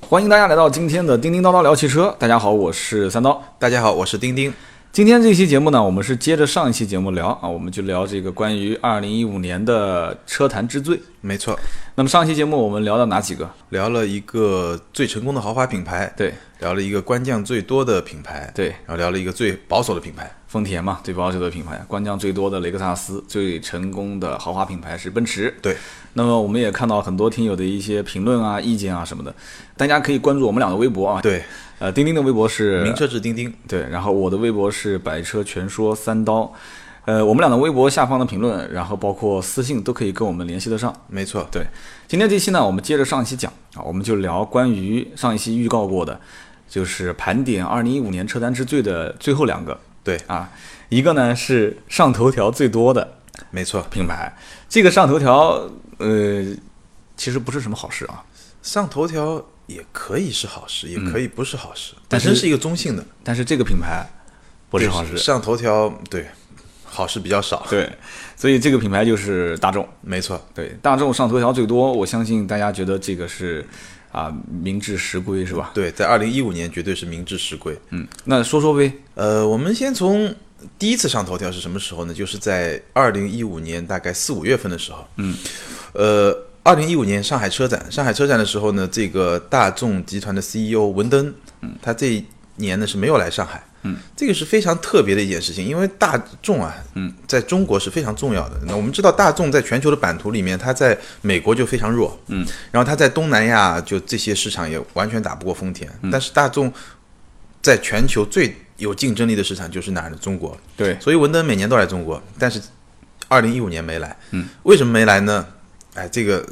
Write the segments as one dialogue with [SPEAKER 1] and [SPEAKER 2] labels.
[SPEAKER 1] 欢迎大家来到今天的叮叮叨叨聊汽车。大家好，我是三刀。
[SPEAKER 2] 大家好，我是丁丁。
[SPEAKER 1] 今天这期节目呢，我们是接着上一期节目聊啊，我们就聊这个关于二零一五年的车坛之最。
[SPEAKER 2] 没错，
[SPEAKER 1] 那么上一期节目我们聊到哪几个？
[SPEAKER 2] 聊了一个最成功的豪华品牌，
[SPEAKER 1] 对，
[SPEAKER 2] 聊了一个官降最多的品牌，
[SPEAKER 1] 对
[SPEAKER 2] 然后聊了一个最保守的品牌，
[SPEAKER 1] 丰田嘛，最保守的品牌，官降最多的雷克萨斯，最成功的豪华品牌是奔驰。
[SPEAKER 2] 对，
[SPEAKER 1] 那么我们也看到很多听友的一些评论啊、意见啊什么的，大家可以关注我们俩的微博啊。，
[SPEAKER 2] 对，
[SPEAKER 1] 呃，钉钉的微博是
[SPEAKER 2] 名车志丁丁，
[SPEAKER 1] 对，然后我的微博是百车全说三刀，呃，我们俩的微博下方的评论，然后包括私信都可以跟我们联系得上。
[SPEAKER 2] 没错，
[SPEAKER 1] 对，今天这期呢，我们接着上一期讲啊，我们就聊关于上一期预告过的，就是盘点二零一五年车坛之最的最后两个
[SPEAKER 2] 对，
[SPEAKER 1] 啊，一个呢是上头条最多的
[SPEAKER 2] 没错。
[SPEAKER 1] 品牌，这个上头条呃，其实不是什么好事啊，
[SPEAKER 2] 上头条也可以是好事，也可以不是好事，
[SPEAKER 1] 嗯但
[SPEAKER 2] 本
[SPEAKER 1] 是
[SPEAKER 2] 身是一个中性的，
[SPEAKER 1] 但是这个品牌不是
[SPEAKER 2] 对
[SPEAKER 1] 好事，
[SPEAKER 2] 上头条对，好事比较少，
[SPEAKER 1] 对，所以这个品牌就是大众。
[SPEAKER 2] 没错，
[SPEAKER 1] 对，大众上头条最多，我相信大家觉得这个是啊、名至实归是吧？
[SPEAKER 2] 对，在二零一五年绝对是明智实归。
[SPEAKER 1] 嗯，那说说呗，
[SPEAKER 2] 呃，我们先从第一次上头条是什么时候呢？就是在二零一五年大概四五月份的时候。嗯，呃，二零一五年上海车展，上海车展的时候呢，这个大众集团的 CEO 文登，嗯，他这一年呢是没有来上海。嗯，这个是非常特别的一件事情，因为大众啊，嗯，在中国是非常重要的。那我们知道，大众在全球的版图里面，它在美国就非常弱，嗯，然后它在东南亚就这些市场也完全打不过丰田。但是大众在全球最有竞争力的市场就是哪儿呢？中国。
[SPEAKER 1] 对，
[SPEAKER 2] 所以文登每年都来中国，但是二零一五年没来。嗯，为什么没来呢？哎，这个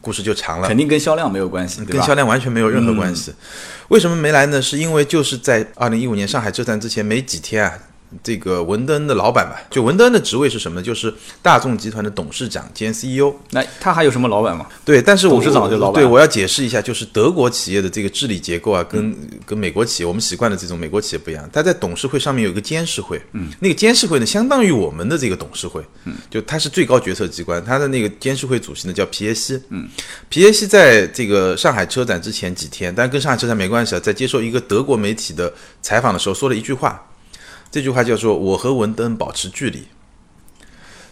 [SPEAKER 2] 故事就长了
[SPEAKER 1] 肯，定跟销量没有关系，对
[SPEAKER 2] 跟
[SPEAKER 1] 吧？
[SPEAKER 2] 销量完全没有任何关系。为什么没来呢？是因为就是在二零一五年上海车展之前没几天啊。这个文登的老板吧，就文登的职位是什么呢？就是大众集团的董事长兼 E CEO。
[SPEAKER 1] 那他还有什么老板吗？
[SPEAKER 2] 对，但是我
[SPEAKER 1] 董事长就老板
[SPEAKER 2] 对，我要解释一下，就是德国企业的这个治理结构啊，跟
[SPEAKER 1] 嗯
[SPEAKER 2] 跟美国企业我们习惯的这种美国企业不一样。它在董事会上面有一个监事会，嗯，那个监事会呢，相当于我们的这个董事会，嗯，就它是最高决策机关，它的那个监事会主席呢叫皮耶西，嗯，皮耶西在这个上海车展之前几天，但跟上海车展没关系啊，在接受一个德国媒体的采访的时候说了一句话，这句话叫做“我和文登保持距离”。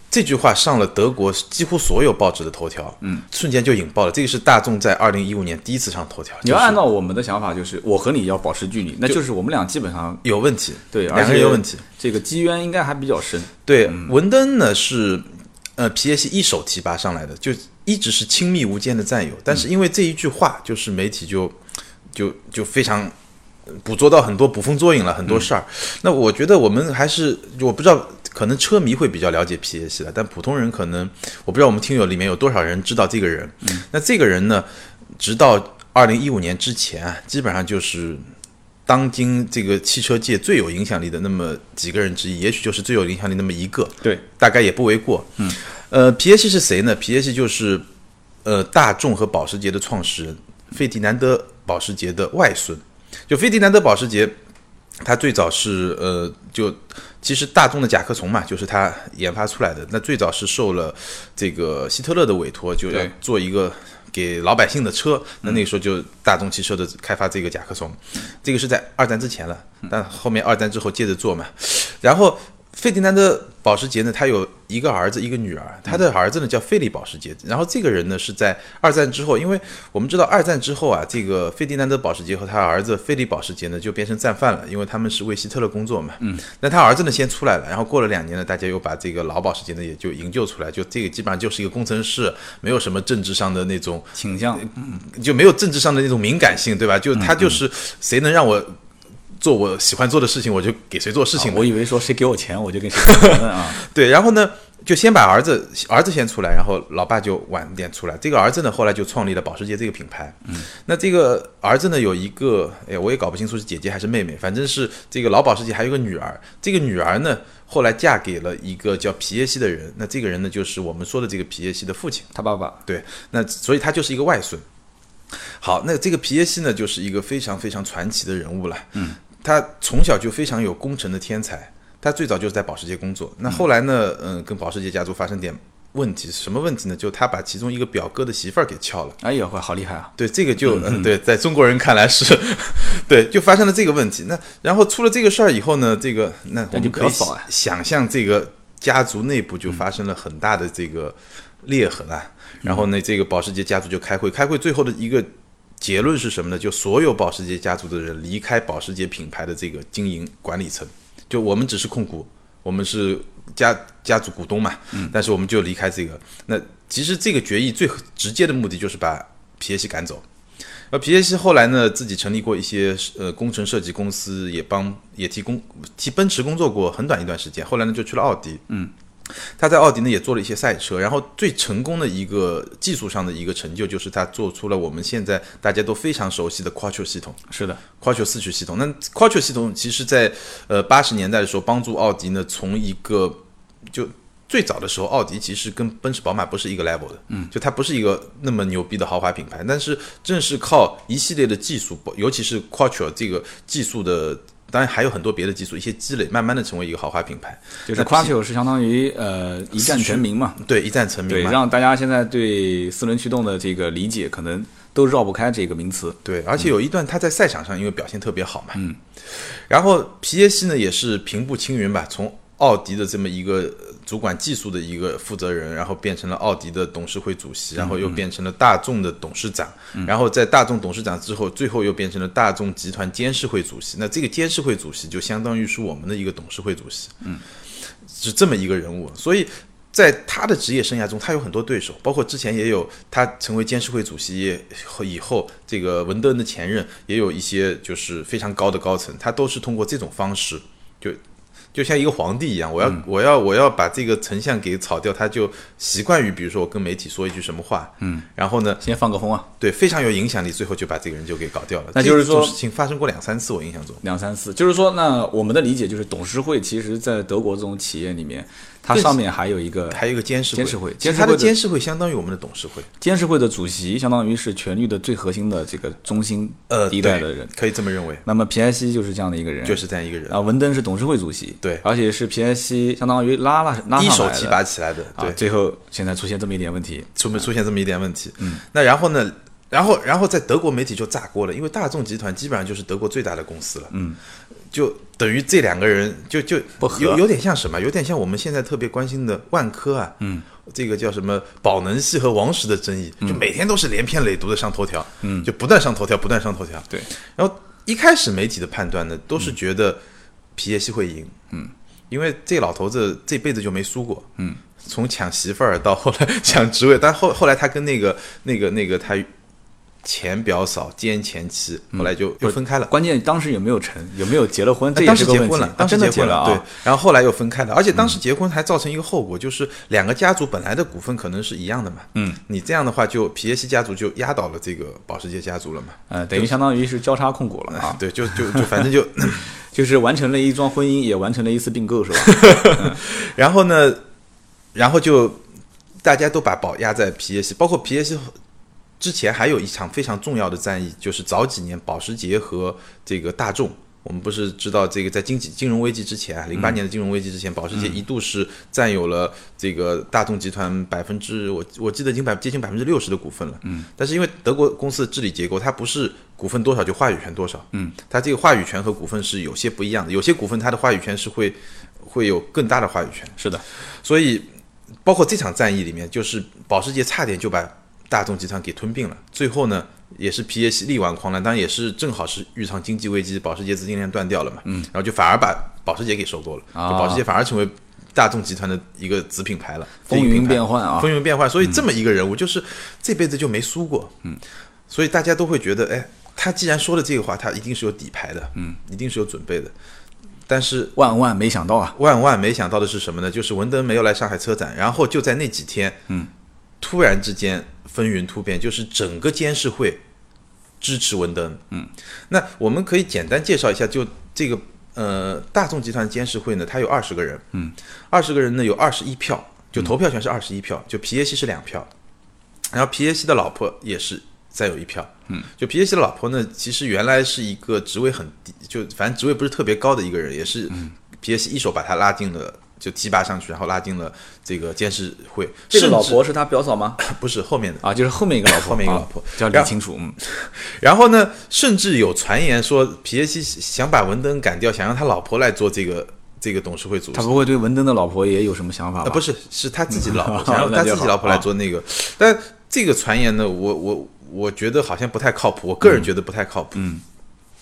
[SPEAKER 2] 这句话上了德国几乎所有报纸的头条，嗯，瞬间就引爆了。这个是大众在二零一五年第一次上头条，
[SPEAKER 1] 你要
[SPEAKER 2] 就是
[SPEAKER 1] 按照我们的想法，就是我和你要保持距离，那就是我们俩基本上
[SPEAKER 2] 有问题，
[SPEAKER 1] 对，而
[SPEAKER 2] 两个
[SPEAKER 1] 且
[SPEAKER 2] 人有问题。，
[SPEAKER 1] 这个机缘应该还比较深。
[SPEAKER 2] 对，文登呢是呃皮耶西一手提拔上来的，就一直是亲密无间的战友。但是因为这一句话，就是媒体就就就非常呃捕捉到很多捕风捉影了很多事儿。那我觉得我们还是我不知道，可能车迷会比较了解皮耶西了，但普通人可能我不知道我们听友里面有多少人知道这个人。那这个人呢，直到二零一五年之前啊，基本上就是当今这个汽车界最有影响力的那么几个人之一，也许就是最有影响力那么一个，
[SPEAKER 1] 对，
[SPEAKER 2] 大概也不为过。嗯，呃，皮耶西是谁呢？皮耶西就是呃大众和保时捷的创始人费迪南德·保时捷的外孙。就费迪南德·保时捷，他最早是呃就其实大众的甲壳虫嘛，就是他研发出来的。那最早是受了这个希特勒的委托，就要
[SPEAKER 1] 对
[SPEAKER 2] 做一个给老百姓的车。那那个时候就大众汽车的开发这个甲壳虫，这个是在二战之前了，但后面二战之后接着做嘛。然后费迪南德·保时捷呢，他有一个儿子，一个女儿。他的儿子呢叫费利·保时捷。然后这个人呢是在二战之后，因为我们知道二战之后啊，这个费迪南德·保时捷和他儿子费利·保时捷呢就变成战犯了，因为他们是为希特勒工作嘛。嗯。那他儿子呢先出来了，然后过了两年呢，大家又把这个老保时捷呢也就营救出来，就这个基本上就是一个工程师，没有什么政治上的那种
[SPEAKER 1] 倾向
[SPEAKER 2] 就没有政治上的那种敏感性，对吧？就他就是谁能让我做我喜欢做的事情，我就给谁做事情
[SPEAKER 1] 啊
[SPEAKER 2] 嘛。
[SPEAKER 1] 我以为说谁给我钱我就跟谁结婚啊，
[SPEAKER 2] 对，然后呢，就先把儿子儿子先出来，然后老爸就晚点出来。这个儿子呢，后来就创立了保时捷这个品牌。嗯，那这个儿子呢，有一个，哎，我也搞不清楚是姐姐还是妹妹，反正是这个老保时捷还有个女儿。这个女儿呢，后来嫁给了一个叫皮耶西的人。那这个人呢，就是我们说的这个皮耶西的父亲。
[SPEAKER 1] 他爸爸
[SPEAKER 2] 对，那所以他就是一个外孙。好，那这个皮耶西呢，就是一个非常非常传奇的人物了。嗯，他从小就非常呃有功臣的天才。他最早就是在保时捷工作，那后来呢，嗯，跟保时捷家族发生点问题，什么问题呢？就他把其中一个表哥的媳妇儿给撬了。
[SPEAKER 1] 哎呦喂，好厉害啊！
[SPEAKER 2] 对，这个就、嗯、对，在中国人看来是，对，就发生了这个问题。那然后出了这个事儿以后呢，这个那我
[SPEAKER 1] 那就
[SPEAKER 2] 们
[SPEAKER 1] 比
[SPEAKER 2] 可
[SPEAKER 1] 较
[SPEAKER 2] 以嗯
[SPEAKER 1] 早啊
[SPEAKER 2] 想象这个家族内部就发生了很大的这个裂痕啊。然后呢，这个保时捷家族就开会，开会最后的一个结论是什么呢？就所有保时捷家族的人离开保时捷品牌的这个经营管理层，就我们只是控股，我们是家家族股东嘛，但是我们就离开这个。那其实这个决议最直接的目的就是把皮耶西赶走。而皮耶西后来呢，自己成立过一些呃工程设计公司，也帮也替工替奔驰工作过很短一段时间。后来呢，就去了奥迪。嗯，他在奥迪呢也做了一些赛车，然后最成功的一个技术上的一个成就，就是他做出了我们现在大家都非常熟悉的 Quattro 系统。
[SPEAKER 1] 是的，
[SPEAKER 2] Quattro 四驱系统。那 Quattro 系统其实在呃八十年代的时候，帮助奥迪呢从一个就最早的时候，奥迪其实跟奔驰、宝马不是一个 level 的，嗯，就它不是一个那么牛逼的豪华品牌，但是正是靠一系列的技术，尤其是 Quattro 这个技术的。当然还有很多别的技术，一些积累，慢慢的成为一个豪华品牌。
[SPEAKER 1] 就是
[SPEAKER 2] 那
[SPEAKER 1] Quattro 是相当于呃一战全民嘛，
[SPEAKER 2] 对，一战成名
[SPEAKER 1] 对，
[SPEAKER 2] 嘛。
[SPEAKER 1] 让大家现在对四轮驱动的这个理解可能都绕不开这个名词。
[SPEAKER 2] 对，而且有一段他在赛场上因为表现特别好嘛，嗯，然后皮耶西呢也是平步青云吧，从奥迪的这么一个呃主管技术的一个负责人，然后变成了奥迪的董事会主席，然后又变成了大众的董事长，然后在大众董事长之后，最后又变成了大众集团监事会主席。那这个监事会主席就相当于是我们的一个董事会主席，嗯，是这么一个人物，所以。在他的职业生涯中，他有很多对手，包括之前也有他成为监事会主席以后，这个文德恩的前任也有一些就是非常高的高层，他都是通过这种方式，就就像一个皇帝一样，我要、
[SPEAKER 1] 嗯
[SPEAKER 2] 我要我要把这个丞相给炒掉，他就习惯于比如说我跟媒体说一句什么话，嗯，然后呢，
[SPEAKER 1] 先放个风啊，
[SPEAKER 2] 对非常有影响力，最后就把这个人就给搞掉了。
[SPEAKER 1] 那就是说
[SPEAKER 2] 这种事情发生过两三次，我印象中。
[SPEAKER 1] 两三四，就是说，那我们的理解就是，董事会其实在德国这种企业里面，它上面还有一个
[SPEAKER 2] 还有一个监事会，
[SPEAKER 1] 监事会
[SPEAKER 2] 其实
[SPEAKER 1] 监事
[SPEAKER 2] 他的
[SPEAKER 1] 会的
[SPEAKER 2] 监事会相当于我们的董事会，
[SPEAKER 1] 监事会的主席，相当于是权力的最核心的这个中心
[SPEAKER 2] 呃，
[SPEAKER 1] 地带
[SPEAKER 2] 对
[SPEAKER 1] 的人。
[SPEAKER 2] 可以这么认为，
[SPEAKER 1] 那么皮埃西就是这样的一个人，
[SPEAKER 2] 就是这样一个人。
[SPEAKER 1] 啊，文登是董事会主席，
[SPEAKER 2] 对
[SPEAKER 1] 而且是皮埃西相当于拉拉拉
[SPEAKER 2] 一
[SPEAKER 1] 上
[SPEAKER 2] 手
[SPEAKER 1] 来
[SPEAKER 2] 提
[SPEAKER 1] 的
[SPEAKER 2] 拔起来的，
[SPEAKER 1] 啊，
[SPEAKER 2] 对，
[SPEAKER 1] 最后现在出现这么一点问题，
[SPEAKER 2] 出没出现这么一点问题？嗯，那然后呢？然后，然后在德国媒体就炸锅了，因为大众集团基本上就是德国最大的公司了，嗯，就等于这两个人就就
[SPEAKER 1] 不合
[SPEAKER 2] 有有点像什么？有点像我们现在特别关心的万科啊，嗯，这个叫什么宝能系和王石的争议，
[SPEAKER 1] 嗯
[SPEAKER 2] 就每天都是连篇累牍的上头条，嗯，就不断上头条，不断上头条，
[SPEAKER 1] 对，嗯
[SPEAKER 2] 然后一开始媒体的判断呢，都是觉得皮耶西会赢，嗯，因为这老头子这辈子就没输过，嗯，从抢媳妇儿到后来 抢职位，但后后来他跟那个那个那个他前表嫂兼前妻，后来就又分开了。
[SPEAKER 1] 关键当时有没有成，有没有结了婚，这也
[SPEAKER 2] 当
[SPEAKER 1] 是
[SPEAKER 2] 时
[SPEAKER 1] 个
[SPEAKER 2] 结
[SPEAKER 1] 问题
[SPEAKER 2] 婚了，。
[SPEAKER 1] 啊
[SPEAKER 2] 嗯呃当时
[SPEAKER 1] 真的
[SPEAKER 2] 结
[SPEAKER 1] 结
[SPEAKER 2] 婚
[SPEAKER 1] 了啊，
[SPEAKER 2] 对，然后后来又分开了，而且当时结婚还造成一个后果，就是两个家族本来的股份可能是一样的嘛，嗯，你这样的话就皮耶西家族就压倒了这个保时捷家族了嘛，
[SPEAKER 1] 呃，等于相当于是交叉控股了啊，
[SPEAKER 2] 对，就就就反正就
[SPEAKER 1] 就是完成了一桩婚姻，也完成了一次并购，是吧？
[SPEAKER 2] 然后呢，然后就大家都把宝压在皮耶西，包括皮耶西之前还有一场非常重要的战役，就是早几年保时捷和这个大众。我们不是知道这个在经济金融危机之前啊，零八年的金融危机之前，保时捷一度是占有了这个大众集团百分之我我记得已经百接近百分之六十的股份了。嗯，但是因为德国公司的治理结构，它不是股份多少就话语权多少。嗯，它这个话语权和股份是有些不一样的，有些股份它的话语权是会会有更大的话语权。
[SPEAKER 1] 是的，
[SPEAKER 2] 所以，包括这场战役里面，就是保时捷差点就把大众集团给吞并了。最后呢，也是皮耶西力挽狂澜，当然也是正好是遇上经济危机，保时捷资金链断掉了嘛，嗯，然后就反而把保时捷给收购了，
[SPEAKER 1] 啊
[SPEAKER 2] 就保时捷反而成为大众集团的一个子品牌了，
[SPEAKER 1] 风
[SPEAKER 2] 非品
[SPEAKER 1] 云
[SPEAKER 2] 牌
[SPEAKER 1] 变幻啊，
[SPEAKER 2] 风云变幻。所以这么一个人物，就是这辈子就没输过，嗯，所以大家都会觉得，哎，他既然说了这个话，他一定是有底牌的，嗯，一定是有准备的。但是
[SPEAKER 1] 万万没想到啊，
[SPEAKER 2] 万万没想到的是什么呢？就是文登没有来上海车展，然后就在那几天，嗯，突然之间风云突变，就是整个监事会支持文登，嗯，那我们可以简单介绍一下，就这个呃大众集团监事会呢，它有二十个人，嗯，二十个人呢有二十一票，就投票权是二十一票，就皮耶西是两票，然后皮耶西的老婆也是再有一票，嗯，就皮耶西的老婆呢，其实原来是一嗯个职位很低，就反正职位不是特别高的一个人，也是皮耶西一手把他拉进了就提拔上去，然后拉进了这个监事会。
[SPEAKER 1] 这个
[SPEAKER 2] 甚
[SPEAKER 1] 老
[SPEAKER 2] 至
[SPEAKER 1] 婆是他表嫂吗？
[SPEAKER 2] 不是后面 的，
[SPEAKER 1] 啊，就是后面一个老婆，
[SPEAKER 2] 后面一个
[SPEAKER 1] 啊
[SPEAKER 2] 老婆
[SPEAKER 1] 就要理
[SPEAKER 2] 然后
[SPEAKER 1] 清楚。嗯，
[SPEAKER 2] 然后呢，甚至有传言说皮耶西想把文登赶掉，想让他老婆来做这个这个董事会主席
[SPEAKER 1] 他。不会对文登的老婆也有什么想法
[SPEAKER 2] 啊，
[SPEAKER 1] 吧？
[SPEAKER 2] 不
[SPEAKER 1] 是，
[SPEAKER 2] 是，是他自己的老 婆，
[SPEAKER 1] 嗯
[SPEAKER 2] 想让
[SPEAKER 1] 那
[SPEAKER 2] 他
[SPEAKER 1] 就
[SPEAKER 2] 自己
[SPEAKER 1] 好
[SPEAKER 2] 老婆来做那个。但这个传言呢，我我我觉得好像不太靠谱，我个人觉得不太靠谱。嗯。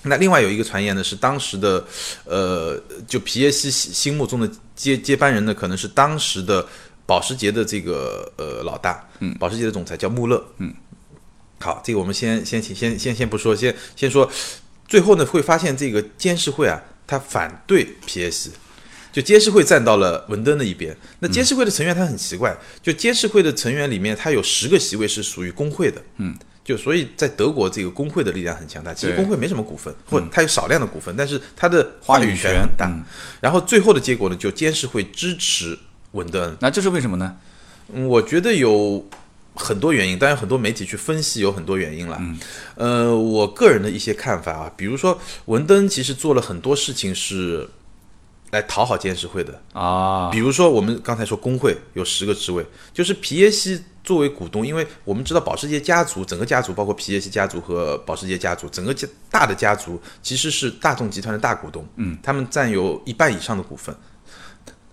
[SPEAKER 2] 那另外有一个传言呢，是当时的，呃，就皮耶西心心目中的接接班人呢，可能是当时的保时捷的这个呃老大，嗯，保时捷的总裁叫穆勒，嗯。好，这个我们先先请先先先不说，先先说，最后呢会发现这个监事会啊，他反对皮耶西，就监事会站到了文登的一边。那监事会的成员他很奇
[SPEAKER 1] 嗯
[SPEAKER 2] 怪，就监事会的成员里面，他有十个席位是属于工会的，嗯，就所以在德国这个工会的力量很强大。其实
[SPEAKER 1] 对嗯
[SPEAKER 2] 工会没什么股份，或者他有少量的股份，但是他的话语
[SPEAKER 1] 话语权
[SPEAKER 2] 很大
[SPEAKER 1] 嗯。
[SPEAKER 2] 然后最后的结果呢，就监事会支持文登。
[SPEAKER 1] 那这是为什么呢？
[SPEAKER 2] 嗯我觉得有很多原因，当然很多媒体去分析有很多原因了。呃，我个人的一些看法啊，比如说文登其实做了很多事情是来讨好监事会的，
[SPEAKER 1] 啊
[SPEAKER 2] 比，如说，我们刚才说工会有十个职位，就是皮耶西作为股东，因为我们知道保时捷家族整个家族，包括皮耶西家族和保时捷家族，整个家大的家族其实是大众集团的大股东，嗯，他们占有一半以上的股份。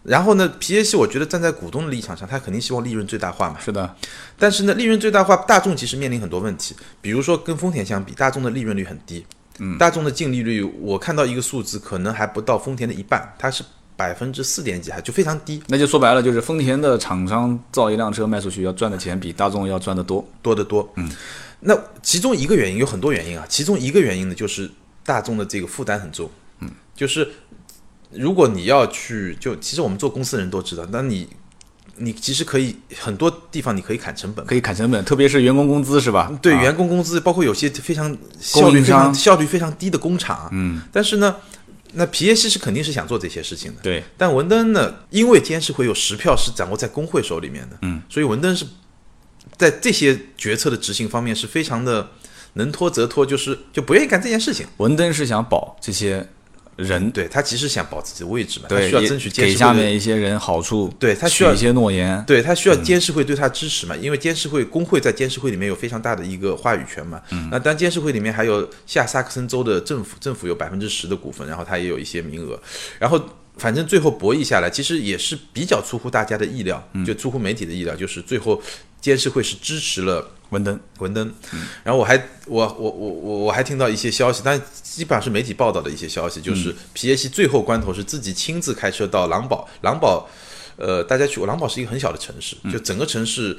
[SPEAKER 2] 然后呢，皮耶西我觉得站在股东的立场上，他肯定希望利润最大化嘛。
[SPEAKER 1] 是的，
[SPEAKER 2] 但是呢，利润最大化，大众其实面临很多问题，比如说跟丰田相比，大众的利润率很低，嗯，大众的净利率我看到一个数字，可能还不到丰田的一半，它是百分之四点几，还就非常低。
[SPEAKER 1] 那就说白了，就是丰田的厂商造一辆车卖出去，要赚的钱比大众要赚得多。
[SPEAKER 2] 多得多。嗯，那其中一个原因有很多原因啊，其中一个原因呢就是大众的这个负担很重。嗯，就是如果你要去，就其实我们做公司的人都知道，那你你其实可以很多地方你可以砍成本。
[SPEAKER 1] 可以砍成本，特别是员工工资是吧？
[SPEAKER 2] 对
[SPEAKER 1] 啊
[SPEAKER 2] 员工工资，包括有些非常效率
[SPEAKER 1] 应
[SPEAKER 2] 非常
[SPEAKER 1] 商
[SPEAKER 2] 效率非常低的工厂，嗯，但是呢，那皮耶西是肯定是想做这些事情的，
[SPEAKER 1] 对
[SPEAKER 2] 但文登呢，因为监事会有十票是掌握在工会手里面的，嗯，所以文登是在这些决策的执行方面是非常的能拖则拖，就是就不愿意干这件事情。
[SPEAKER 1] 文登是想保这些人，
[SPEAKER 2] 对他其实想保自己的位置嘛，他
[SPEAKER 1] 对，
[SPEAKER 2] 需要
[SPEAKER 1] 也
[SPEAKER 2] 争取监
[SPEAKER 1] 给
[SPEAKER 2] 事
[SPEAKER 1] 下
[SPEAKER 2] 会的，
[SPEAKER 1] 面一些人好处，
[SPEAKER 2] 对他需
[SPEAKER 1] 许
[SPEAKER 2] 要
[SPEAKER 1] 一些诺言，
[SPEAKER 2] 对他需要监事会对他支持嘛，因为监事会工会在监事会里面有非常大的一个话语权嘛。那当然监事会里面还有下萨克森州的政府，政府有百分之十的股份，然后他也有一些名额，然后。反正最后博弈下来，其实也是比较出乎大家的意料，就出乎媒体的意料，就是最后监事会是支持了
[SPEAKER 1] 文登
[SPEAKER 2] 文登，然后我还我我我我我还听到一些消息，但基本上是媒体报道的一些消息，就是皮耶西最后关头是自己亲自开车到狼堡，狼堡，呃，大家去过，狼堡是一个很小的城市，就整个城市。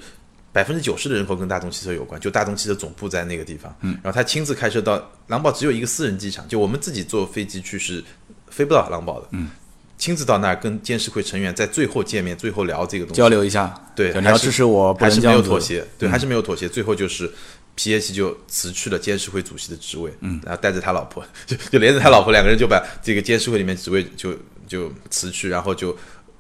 [SPEAKER 2] 百分之九十的人口跟大众汽车有关，就大众汽车总部在那个地方。嗯，然后他亲自开车到狼堡，只有一个私人机场，就我们自己坐飞机去是飞不到狼堡的。嗯，亲自到那儿跟监事会成员在最后见面，最后聊这个东西。
[SPEAKER 1] 交流一下，
[SPEAKER 2] 对
[SPEAKER 1] 就你
[SPEAKER 2] 还
[SPEAKER 1] 要
[SPEAKER 2] 是
[SPEAKER 1] 支持我，不
[SPEAKER 2] 还
[SPEAKER 1] 能
[SPEAKER 2] 是
[SPEAKER 1] 这
[SPEAKER 2] 没有
[SPEAKER 1] 样嗯
[SPEAKER 2] 妥
[SPEAKER 1] 做。
[SPEAKER 2] 协，对，还是没有妥协，最后就是皮耶西就辞去了监事会主席的职位，嗯，然后带着他老婆，就就连着他老婆两个人就把这个监事会里面职位就就辞去，然后就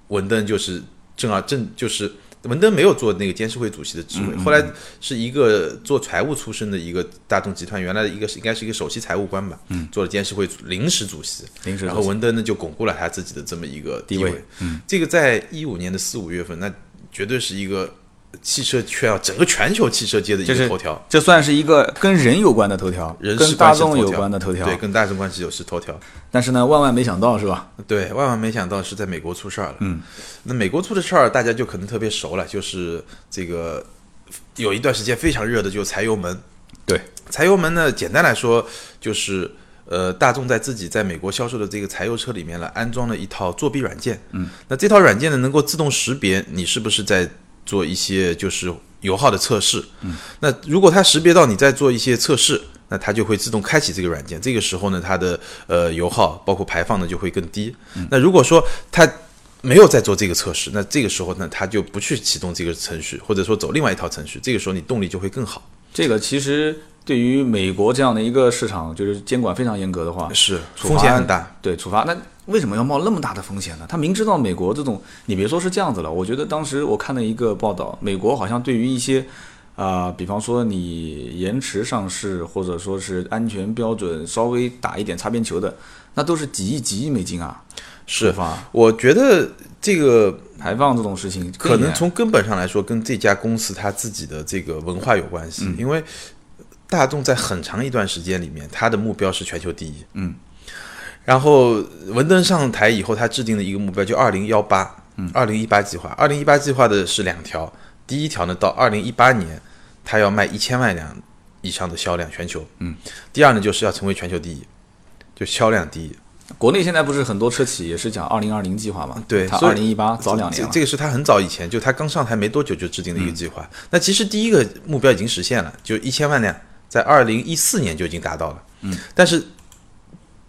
[SPEAKER 2] 文登就是正儿正就是。文登没有做那个监事会主席的职
[SPEAKER 1] 嗯
[SPEAKER 2] 位，后来是一个做财务出身的一个大众集团，原来的一个是应该是一个首席财务官吧，嗯，做了监事会主临时主席，
[SPEAKER 1] 临时主席
[SPEAKER 2] 然后文登呢就巩固了他自己的这么一个地
[SPEAKER 1] 地位
[SPEAKER 2] 嗯，这个在一五年的四五月份，那绝对是一个汽车圈啊，整个全球汽车界的一
[SPEAKER 1] 就是
[SPEAKER 2] 个头条，
[SPEAKER 1] 这算是一个跟人有关的头条，
[SPEAKER 2] 人
[SPEAKER 1] 跟
[SPEAKER 2] 事
[SPEAKER 1] 大
[SPEAKER 2] 关系的
[SPEAKER 1] 众
[SPEAKER 2] 头
[SPEAKER 1] 有
[SPEAKER 2] 条
[SPEAKER 1] 关的头条。
[SPEAKER 2] 对，跟大众关系有是头条，
[SPEAKER 1] 但是呢，万万没想到是吧？
[SPEAKER 2] 对，万万没想到是在美国出事儿了。嗯，那美国出的事儿，大家就可能特别熟了，就是这个有一段时间非常热的，就是柴油门。
[SPEAKER 1] 对，
[SPEAKER 2] 柴油门呢，简单来说就是。呃，大众在自己在美国销售的这个柴油车里面呢，安装了一套作弊软件。嗯，那这套软件呢，能够自动识别你是不是在做一些就是油耗的测试。嗯，那如果它识别到你在做一些测试，那它就会自动开启这个软件。这个时候呢，它的呃油耗包括排放呢就会更低。那如果说它没有在做这个测试，那这个时候呢，它就不去启动这个程序，或者说走另外一套程序。这个时候你动力就会更好。
[SPEAKER 1] 这个其实对于美国这样的一个市场，就是监管非常严格的话，
[SPEAKER 2] 是
[SPEAKER 1] 处
[SPEAKER 2] 风险
[SPEAKER 1] 罚
[SPEAKER 2] 很大。
[SPEAKER 1] 对，处罚。那为什么要冒那么大的风险呢？他明知道美国这种，你别说是这样子了，我觉得当时我看了一个报道，美国好像对于一些，啊、比方说你延迟上市，或者说是安全标准稍微打一点擦边球的，那都是几亿几亿美金啊。
[SPEAKER 2] 是
[SPEAKER 1] 出发，
[SPEAKER 2] 我觉得这个
[SPEAKER 1] 排放这种事情更
[SPEAKER 2] 可能
[SPEAKER 1] 严
[SPEAKER 2] 从根本上来说，跟这家公司它自己的这个文化有关系，因为大众在很长一段时间里面，它的目标是全球第一。
[SPEAKER 1] 嗯，
[SPEAKER 2] 然后文登上台以后，他制定了一个目标，就二零幺八，二零一八计划。二零一八计划的是两条，第一条呢，到二零一八年，它要卖一千万辆以上的销量全球。嗯，第二呢，就是要成为全球第一，就销量第一。
[SPEAKER 1] 国内现在不是很多车企也是讲二零二零计划嘛？
[SPEAKER 2] 对
[SPEAKER 1] 它
[SPEAKER 2] 所
[SPEAKER 1] 二
[SPEAKER 2] 以
[SPEAKER 1] 零一八早两年
[SPEAKER 2] 这
[SPEAKER 1] 了。嗯
[SPEAKER 2] 这个是他很早以前，就他刚上台没多久就制定的一个计划。那其实第一个目标已经实现了，就一千万辆，在二零一四年就已经达到了。嗯，但是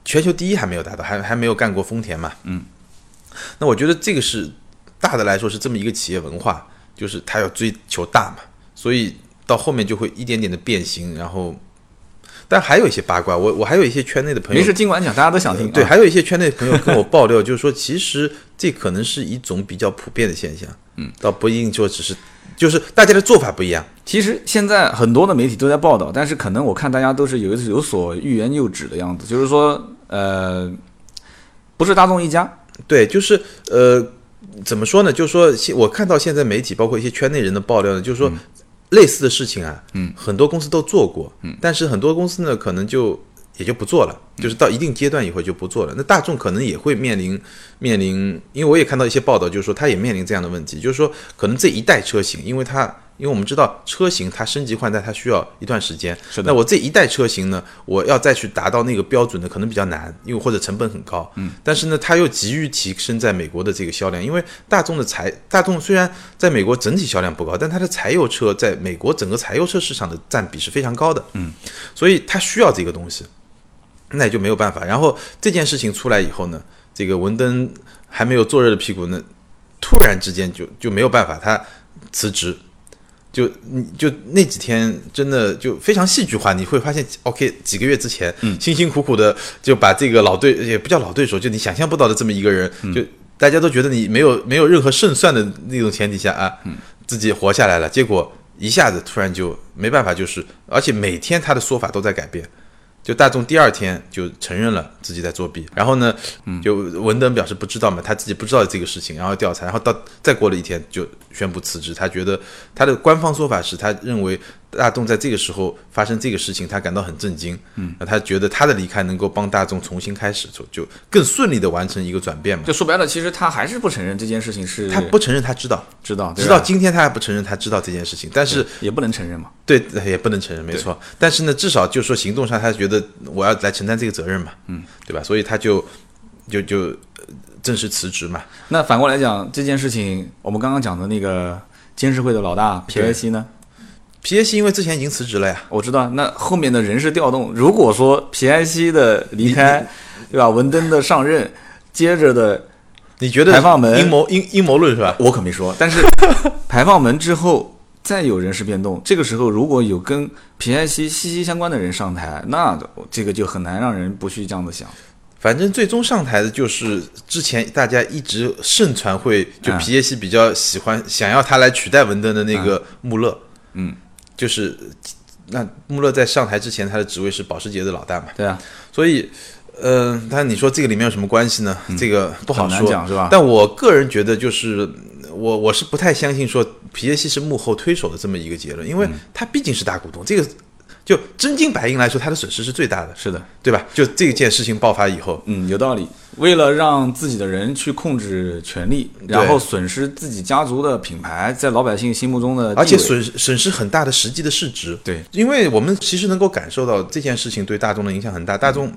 [SPEAKER 2] 全球第一还没有达到，还还没有干过丰田嘛。嗯，那我觉得这个是大的来说是这么一个企业文化，就是他要追求大嘛，所以到后面就会一点点的变形，然后。但还有一些八卦，我我还有一些圈内的朋友
[SPEAKER 1] 没事，尽管讲，大家都想听。
[SPEAKER 2] 对，
[SPEAKER 1] 啊
[SPEAKER 2] 还有一些圈内朋友跟我爆料，就是说，其实这可能是一种比较普遍的现象，嗯，倒不一定说只是，就是大家的做法不一样，
[SPEAKER 1] 其实现在很多的媒体都在报道，但是可能我看大家都是有有所欲言又止的样子，就是说，呃，不是大众一家，
[SPEAKER 2] 对，就是呃，怎么说呢？就是说，现我看到现在媒体包括一些圈内人的爆料呢，就是说、类似的事情啊，嗯，很多公司都做过，嗯，但是很多公司呢，可能就也就不做了，就是到一定阶段以后就不做了。那大众可能也会面临面临，因为我也看到一些报道，就是说它也面临这样的问题，就是说可能这一代车型，因为它因为我们知道车型它升级换代它需要一段时间，
[SPEAKER 1] 是的
[SPEAKER 2] 那我这一代车型呢，我要再去达到那个标准呢，可能比较难，因为或者成本很高。嗯，但是呢，它又急于提升在美国的这个销量，因为大众的柴，大众虽然在美国整体销量不高，但它的柴油车在美国整个柴油车市场的占比是非常高的。嗯，所以它需要这个东西，那也就没有办法。然后这件事情出来以后呢，这个文登还没有坐热的屁股呢，突然之间就就没有办法，他辞职。就你就那几天真的就非常戏剧化，你会发现，OK，几个月之前、辛辛苦苦的就把这个老对也不叫老对手，就你想象不到的这么一个人，就大家都觉得你没有没有任何胜算的那种前提下啊，自己活下来了，结果一下子突然就没办法，就是而且每天他的说法都在改变，就大众第二天就承认了自己在作弊，然后呢，就文登表示不知道嘛，他自己不知道这个事情，然后调查，然后到再过了一天就宣布辞职。他觉得他的官方说法是他认为大众在这个时候发生这个事情，他感到很震惊。嗯，那他觉得他的离开能够帮大众重新开始，就就更顺利的完成一个转变嘛。
[SPEAKER 1] 就说白了，其实他还是不承认这件事情是
[SPEAKER 2] 他不承认他知道，
[SPEAKER 1] 知道，对啊
[SPEAKER 2] 直
[SPEAKER 1] 吧
[SPEAKER 2] 到今天他还不承认他知道这件事情，但是
[SPEAKER 1] 也不能承认嘛。
[SPEAKER 2] 对，也不能承认，没错。但是呢，至少就说行动上，他觉得我要来承担这个责任嘛，嗯，对吧？所以他就就就呃正式辞职嘛。
[SPEAKER 1] 那反过来讲，这件事情我们刚刚讲的那个监事会的老大皮埃西呢，
[SPEAKER 2] 皮耶西因为之前已经辞职了呀，
[SPEAKER 1] 我知道，那后面的人事调动，如果说皮埃西的离 开，对吧？文登的上任，接着的
[SPEAKER 2] 你觉得
[SPEAKER 1] 排放门
[SPEAKER 2] 阴谋阴阴谋论是吧？
[SPEAKER 1] 我可没说，但 是排放门之后再有人事变动，这个时候如果有跟皮埃西息息相关的人上台，那这个就很难让人不去这样子想。
[SPEAKER 2] 反正最终上台的就是之前大家一直盛传会就
[SPEAKER 1] 嗯
[SPEAKER 2] 皮耶西比较喜欢想要他来取代文登的那个穆勒，
[SPEAKER 1] 嗯，
[SPEAKER 2] 就是那穆勒在上台之前他的职位是保时捷的老大嘛，
[SPEAKER 1] 对啊，
[SPEAKER 2] 所以，嗯、呃，但你说这个里面有什么关系呢？这个不
[SPEAKER 1] 嗯
[SPEAKER 2] 好
[SPEAKER 1] 很难
[SPEAKER 2] 说，
[SPEAKER 1] 讲是啊吧
[SPEAKER 2] 但我个人觉得，就是我我是不太相信说皮耶西是幕后推手的这么一个结论，因为
[SPEAKER 1] 嗯
[SPEAKER 2] 他毕竟是大股东，这个就真金白银来说，他的损失是最大的，
[SPEAKER 1] 是的，
[SPEAKER 2] 对吧？就这件事情爆发以后，
[SPEAKER 1] 嗯，有道理。为了让自己的人去控制权力，然后损失自己家族的品牌在老百姓心目中的地位，
[SPEAKER 2] 而且损损失很大的实际的市值，
[SPEAKER 1] 对，
[SPEAKER 2] 因为我们其实能够感受到这件事情对大众的影响很大，
[SPEAKER 1] 嗯
[SPEAKER 2] 大众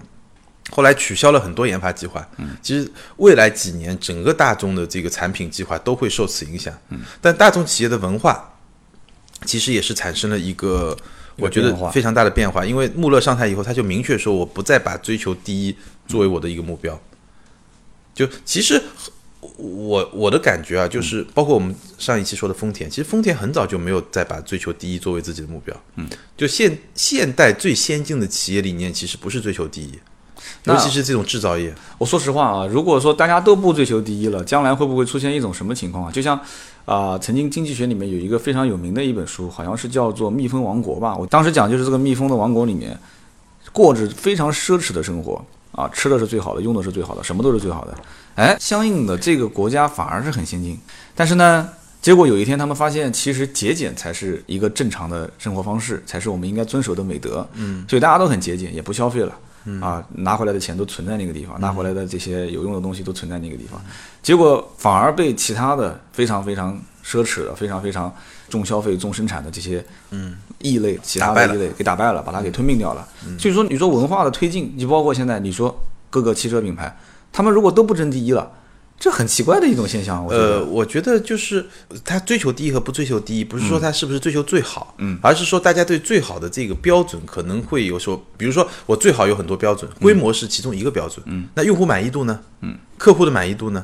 [SPEAKER 2] 后来取消了很多研发计划。嗯，其实未来几年整个大众的这个产品计划都会受此影响。嗯，但大众企业的文化其实也是产生了一个。我觉得
[SPEAKER 1] 变化
[SPEAKER 2] 非常大的变化，因为穆勒上台以后，他就明确说，我不再把追求第一作为我的一个目标。就其实我我的感觉啊，就是包括我们上一期说的丰田，其实丰田很早就没有再把追求第一作为自己的目标。嗯，就现现代最先进的企业理念其实不是追求第一，
[SPEAKER 1] 那
[SPEAKER 2] 尤其是这种制造业。
[SPEAKER 1] 我说实话啊，如果说大家都不追求第一了，将来会不会出现一种什么情况啊？就像，啊、曾经经济学里面有一个非常有名的一本书，好像是叫做《蜜蜂王国》吧。我当时讲就是这个蜜蜂的王国里面，过着非常奢侈的生活，啊，吃的是最好的，用的是最好的，什么都是最好的。哎，相应的这个国家反而是很先进，但是呢，结果有一天他们发现，其实节俭才是一个正常的生活方式，才是我们应该遵守的美德。嗯，所以大家都很节俭，也不消费了。
[SPEAKER 2] 嗯
[SPEAKER 1] 啊，拿回来的钱都存在那个地方，拿回来的这些有用的东西都存在那个地方，结果反而被其他的非常非常奢侈的、非常非常重消费、重生产的这些嗯异类、其他
[SPEAKER 2] 打败
[SPEAKER 1] 的
[SPEAKER 2] 了嗯
[SPEAKER 1] 异类给打败了，把它给吞并掉了。所以说，你说文化的推进，你包括现在你说各个汽车品牌，他们如果都不争第一了，这很奇怪的一种现象，我觉得。
[SPEAKER 2] 呃，我觉得就是呃他追求第一和不追求第一，不是说他是不是追求最好，嗯，而是说大家对最好的这个标准可能会有所，比如说我最好有很多标准，规模是其中一个标准，嗯，那用户满意度呢？嗯，客户的满意度呢？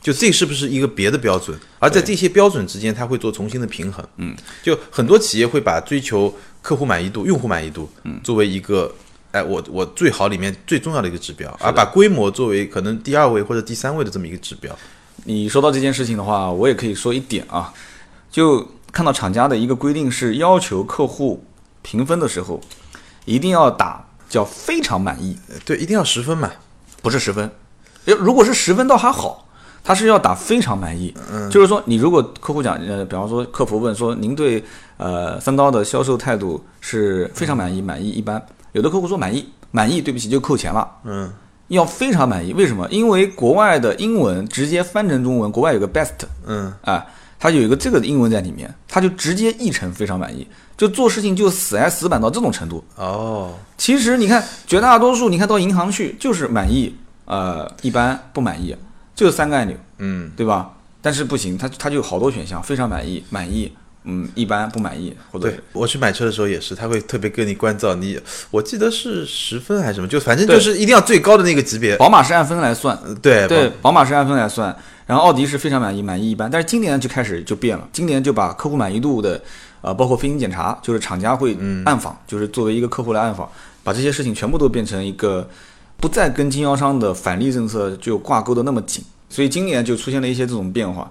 [SPEAKER 2] 就这是不是一个别的标准？而在这些标准之间，他会做重新的平衡。嗯，就很多企业会把追求客户满意度、用户满意度，嗯，作为一个，哎，我我最好里面最重要的一个指标，而把规模作为可能第二位或者第三位的这么一个指标。
[SPEAKER 1] 你说到这件事情的话，我也可以说一点啊，就看到厂家的一个规定是要求客户评分的时候，一定要打叫非常满意，
[SPEAKER 2] 对，一定要十分嘛。
[SPEAKER 1] 不是十分。要如果是十分倒还好，他是要打非常满意，就是说你如果客户讲，呃，比方说客服问说您对呃三刀的销售态度是非常满意，满意一般，有的客户说满意，满意对不起就扣钱了，
[SPEAKER 2] 嗯，
[SPEAKER 1] 要非常满意，为什么？因为国外的英文直接翻成中文，国外有个 best，
[SPEAKER 2] 嗯，
[SPEAKER 1] 啊，它有一个这个英文在里面，它就直接译成非常满意，就做事情就死挨死板到这种程度。
[SPEAKER 2] 哦，
[SPEAKER 1] 其实你看，绝大多数你看到银行去就是满意，呃，一般不满意，就三个按钮，
[SPEAKER 2] 嗯，
[SPEAKER 1] 对吧？但是不行，它它就有好多选项，非常满意，满意，嗯，一般不满意，或者
[SPEAKER 2] 对，我去买车的时候也是，他会特别跟你关照你，我记得是十分还是什么，就反正就是一定要最高的那个级别。
[SPEAKER 1] 宝马是按分来算，
[SPEAKER 2] 呃对
[SPEAKER 1] 哦对，宝马是按分来算，然后奥迪是非常满意，满意一般。但是今年就开始就变了，今年就把客户满意度的，呃，包括飞行检查，就是厂家会
[SPEAKER 2] 嗯
[SPEAKER 1] 暗访，就是作为一个客户来暗访，把这些事情全部都变成一个不再跟经销商的返利政策就挂钩的那么紧，所以今年就出现了一些这种变化。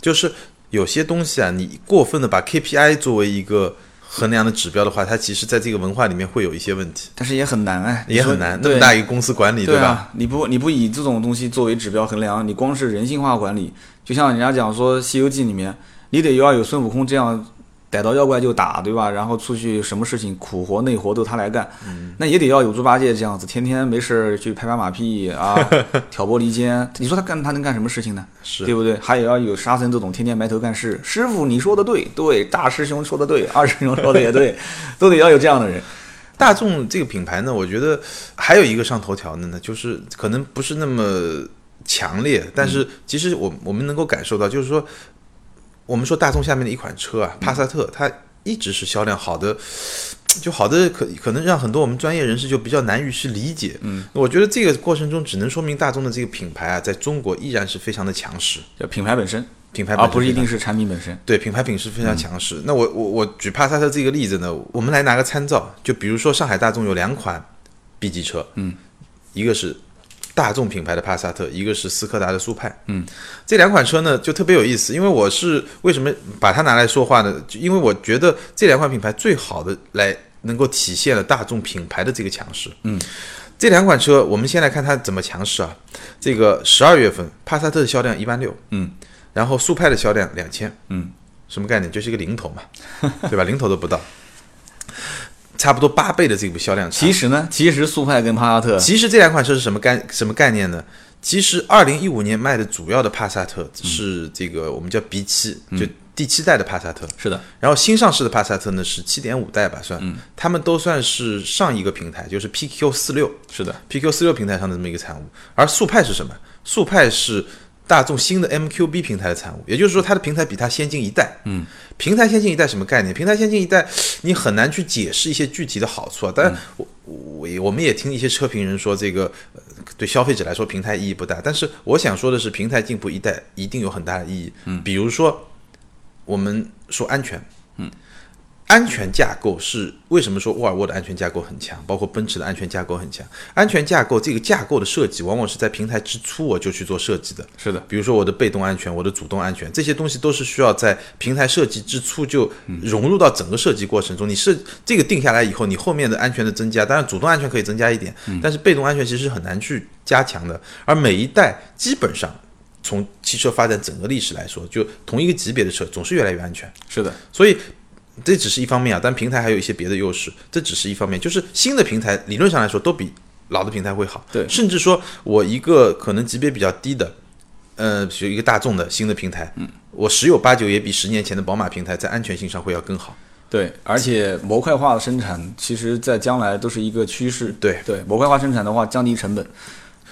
[SPEAKER 2] 就是有些东西啊，你过分的把 KPI 作为一个衡量的指标的话，它其实在这个文化里面会有一些问题，
[SPEAKER 1] 但是也很难哎，
[SPEAKER 2] 也很难。那
[SPEAKER 1] 对
[SPEAKER 2] 么大一个公司管理，
[SPEAKER 1] 对
[SPEAKER 2] 吧？
[SPEAKER 1] 啊，你不你不以这种东西作为指标衡量，你光是人性化管理，就像人家讲说《西游记》里面，你得要有孙悟空这样。逮到妖怪就打，对吧？然后出去什么事情苦活累活都他来干，
[SPEAKER 2] 嗯
[SPEAKER 1] 那也得要有猪八戒这样子，天天没事儿去拍拍马屁 啊，挑拨离间。你说他干他能干什么事情呢？
[SPEAKER 2] 是
[SPEAKER 1] 对不对？还有要有沙僧这种天天埋头干事。师傅，你说的对，对，大师兄说的对，二师兄说的也 对，都得要有这样的人。
[SPEAKER 2] 大众这个品牌呢，我觉得还有一个上头条的呢，就是可能不是那么强烈，但
[SPEAKER 1] 嗯
[SPEAKER 2] 是其实我我们能够感受到，就是说，我们说大众下面的一款车
[SPEAKER 1] 嗯
[SPEAKER 2] 啊，帕萨特，它一直是销量好的。就好的可可能让很多我们专业人士就比较难于去理解，嗯，我觉得这个过程中只能说明大众的这个品牌啊，在中国依然是非常的强势，
[SPEAKER 1] 叫品牌本身，
[SPEAKER 2] 品牌
[SPEAKER 1] 而、
[SPEAKER 2] 本身
[SPEAKER 1] 啊不是一
[SPEAKER 2] 非常
[SPEAKER 1] 定嗯是产品本身。
[SPEAKER 2] 对，品牌品是非常强势。那我我我举帕萨特这个例子呢，我们来拿个参照，就比如说上海大众有两款 B 级车，嗯，一个是大众品牌的帕萨特，一个是斯柯达的速派，嗯，这两款车呢就特别有意思，因为我是为什么把它拿来说话呢？就因为我觉得这两款品牌最好的来能够体现了大众品牌的这个强势，嗯。这两款车，我们先来看它怎么强势啊。这个十二月份，帕萨特的销量一万六，
[SPEAKER 1] 嗯，
[SPEAKER 2] 然后速派的销量两千，
[SPEAKER 1] 嗯，
[SPEAKER 2] 什么概念？就是一个零头嘛，对吧？零头都不到，差不多八倍的这个销量差
[SPEAKER 1] 其。实呢，其实速派跟帕萨特
[SPEAKER 2] 啊其实这两款车是什么概什么概念呢？其实二零一五年卖的主要的帕萨特是这个我们叫 B 七，就第七代的帕萨特。
[SPEAKER 1] 是的，
[SPEAKER 2] 然后新上市的帕萨特呢是七点五代吧，算，他们都算是上一个平台，就是 PQ 四六
[SPEAKER 1] 是的，
[SPEAKER 2] ，PQ 四六平台上的这么一个产物。而速派是什么？速派是大众新的 MQB 平台的产物，也就是说它的平台比它先进一代。嗯，平台先进一代什么概念？平台先进一代，你很难去解释一些具体的好处啊。但我我也我们也听一些车评人说，这个呃对消费者来说平台意义不大。但是我想说的是，平台进步一代一定有很大的意义。嗯，比如说我们说安全，嗯，安全架构是为什么说沃尔沃的安全架构很强，包括奔驰的安全架构很强。安全架构这个架构的设计，往往是在平台之初我就去做设计的。
[SPEAKER 1] 是的，
[SPEAKER 2] 比如说我的被动安全，我的主动安全，这些东西都是需要在平台设计之初就融入到整个设计过程中。你设这个定下来以后，你后面的安全的增加，当然主动安全可以增加一点，但是被动安全其实是很难去加强的。而每一代基本上。从汽车发展整个历史来说，就同一个级别的车总是越来越安全，
[SPEAKER 1] 是的，
[SPEAKER 2] 所以这只是一方面啊。但平台还有一些别的优势，这只是一方面。就是新的平台理论上来说都比老的平台会好，
[SPEAKER 1] 对
[SPEAKER 2] 甚至说我一个可能级别比较低的，呃，比如一个大众的新的平台，嗯，我十有八九也比十年前的宝马平台在安全性上会要更好。
[SPEAKER 1] 对，而且模块化的生产，其实在将来都是一个趋势。
[SPEAKER 2] 对
[SPEAKER 1] 对，模块化生产的话，降低成本，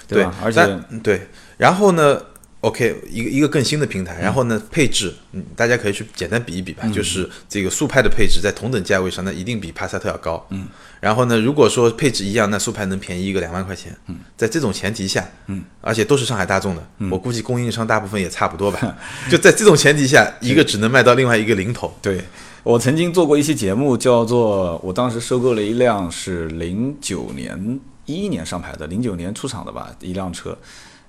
[SPEAKER 2] 对
[SPEAKER 1] 吧？而且
[SPEAKER 2] 但嗯对，然后呢，OK，一个一个更新的平台，然后呢，配置，嗯，大家可以去简单比一比吧，就是这个速派的配置在同等价位上，那一定比帕萨特要高，嗯，然后呢，如果说配置一样，那速派能便宜一个两万块钱，嗯，在这种前提下，嗯，而且都是上海大众的，我估计供应商大部分也差不多 吧，就在这种前提下，一个只能卖到另外一个零头，
[SPEAKER 1] 对我曾经做过一期节目，叫做我当时收购了一辆是零九年一一年上牌的，零九年出厂的吧，一辆车，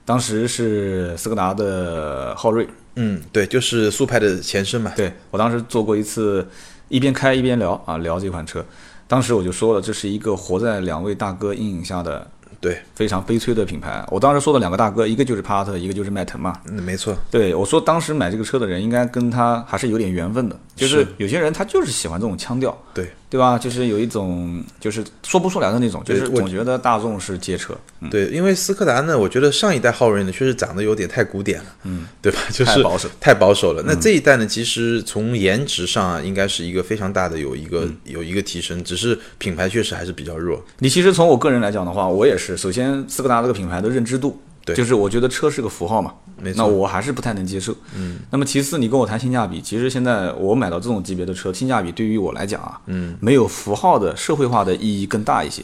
[SPEAKER 1] 当时是斯柯达的昊锐，
[SPEAKER 2] 嗯，对，就是速派的前身嘛，
[SPEAKER 1] 对我当时做过一次，一边开一边聊啊，聊这款车。当时我就说了，这是一个活在两位大哥阴影下的
[SPEAKER 2] 对，
[SPEAKER 1] 非常悲催的品牌。我当时说的两个大哥，一个就是帕萨特，一个就是迈腾嘛。
[SPEAKER 2] 嗯，没错，
[SPEAKER 1] 对我说，当时买这个车的人应该跟他还是有点缘分的，就是有些人他就是喜欢这种腔调，
[SPEAKER 2] 对。
[SPEAKER 1] 对吧？就是有一种就是说不出来的那种，就是
[SPEAKER 2] 对我
[SPEAKER 1] 总觉得大众是街车，
[SPEAKER 2] 对，因为斯柯达呢，我觉得上一代昊锐呢，确实长得有点太古典了，嗯，对吧？就是
[SPEAKER 1] 太保守，
[SPEAKER 2] 太保守了。那
[SPEAKER 1] 嗯
[SPEAKER 2] 这一代呢，其实从颜值上啊，应该是一个非常大的有一个、
[SPEAKER 1] 嗯
[SPEAKER 2] 有一个提升，只是品牌确实还是比较弱。
[SPEAKER 1] 你其实从我个人来讲的话，我也是，首先斯柯达这个品牌的认知度，
[SPEAKER 2] 对
[SPEAKER 1] 就是我觉得车是个符号嘛，
[SPEAKER 2] 没错
[SPEAKER 1] 那我还是不太能接受。嗯，那么其次，你跟我谈性价比，其实现在我买到这种级别的车，性价比对于我来讲啊，嗯，没有符号的社会化的意义更大一些。